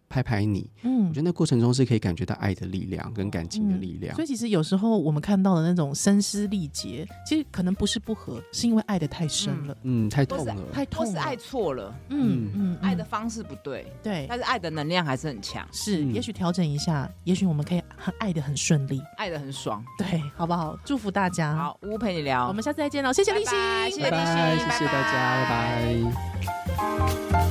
Speaker 3: 拍拍你，我
Speaker 1: 嗯
Speaker 3: 觉，得那过程中是可以感觉到爱的力量跟感情的力量
Speaker 1: 所。以其实有时候我们看到的那种声嘶力竭，其实可能不是不合，是因为爱的太深了，
Speaker 3: 嗯，太
Speaker 2: 或
Speaker 3: 痛
Speaker 2: 是
Speaker 3: 了。
Speaker 1: 太
Speaker 2: 或
Speaker 1: 哎痛
Speaker 2: 是
Speaker 1: 了。
Speaker 2: 爱错了，
Speaker 1: 嗯嗯，
Speaker 2: 爱的方式不对，
Speaker 1: 对
Speaker 2: 但是爱的能量还是很强，
Speaker 1: 是，
Speaker 3: 嗯
Speaker 1: 也许调整一下，也许我们可以很爱的很顺利，
Speaker 2: 爱的很爽。
Speaker 1: 对，好不好？祝福大家。，
Speaker 2: 好，呜陪你聊，
Speaker 1: 我们下次再见喽，谢谢
Speaker 2: 拜
Speaker 1: 立新，
Speaker 2: 拜谢谢
Speaker 3: 拜
Speaker 2: 立
Speaker 3: 拜，
Speaker 2: 新
Speaker 3: 谢谢大家，拜拜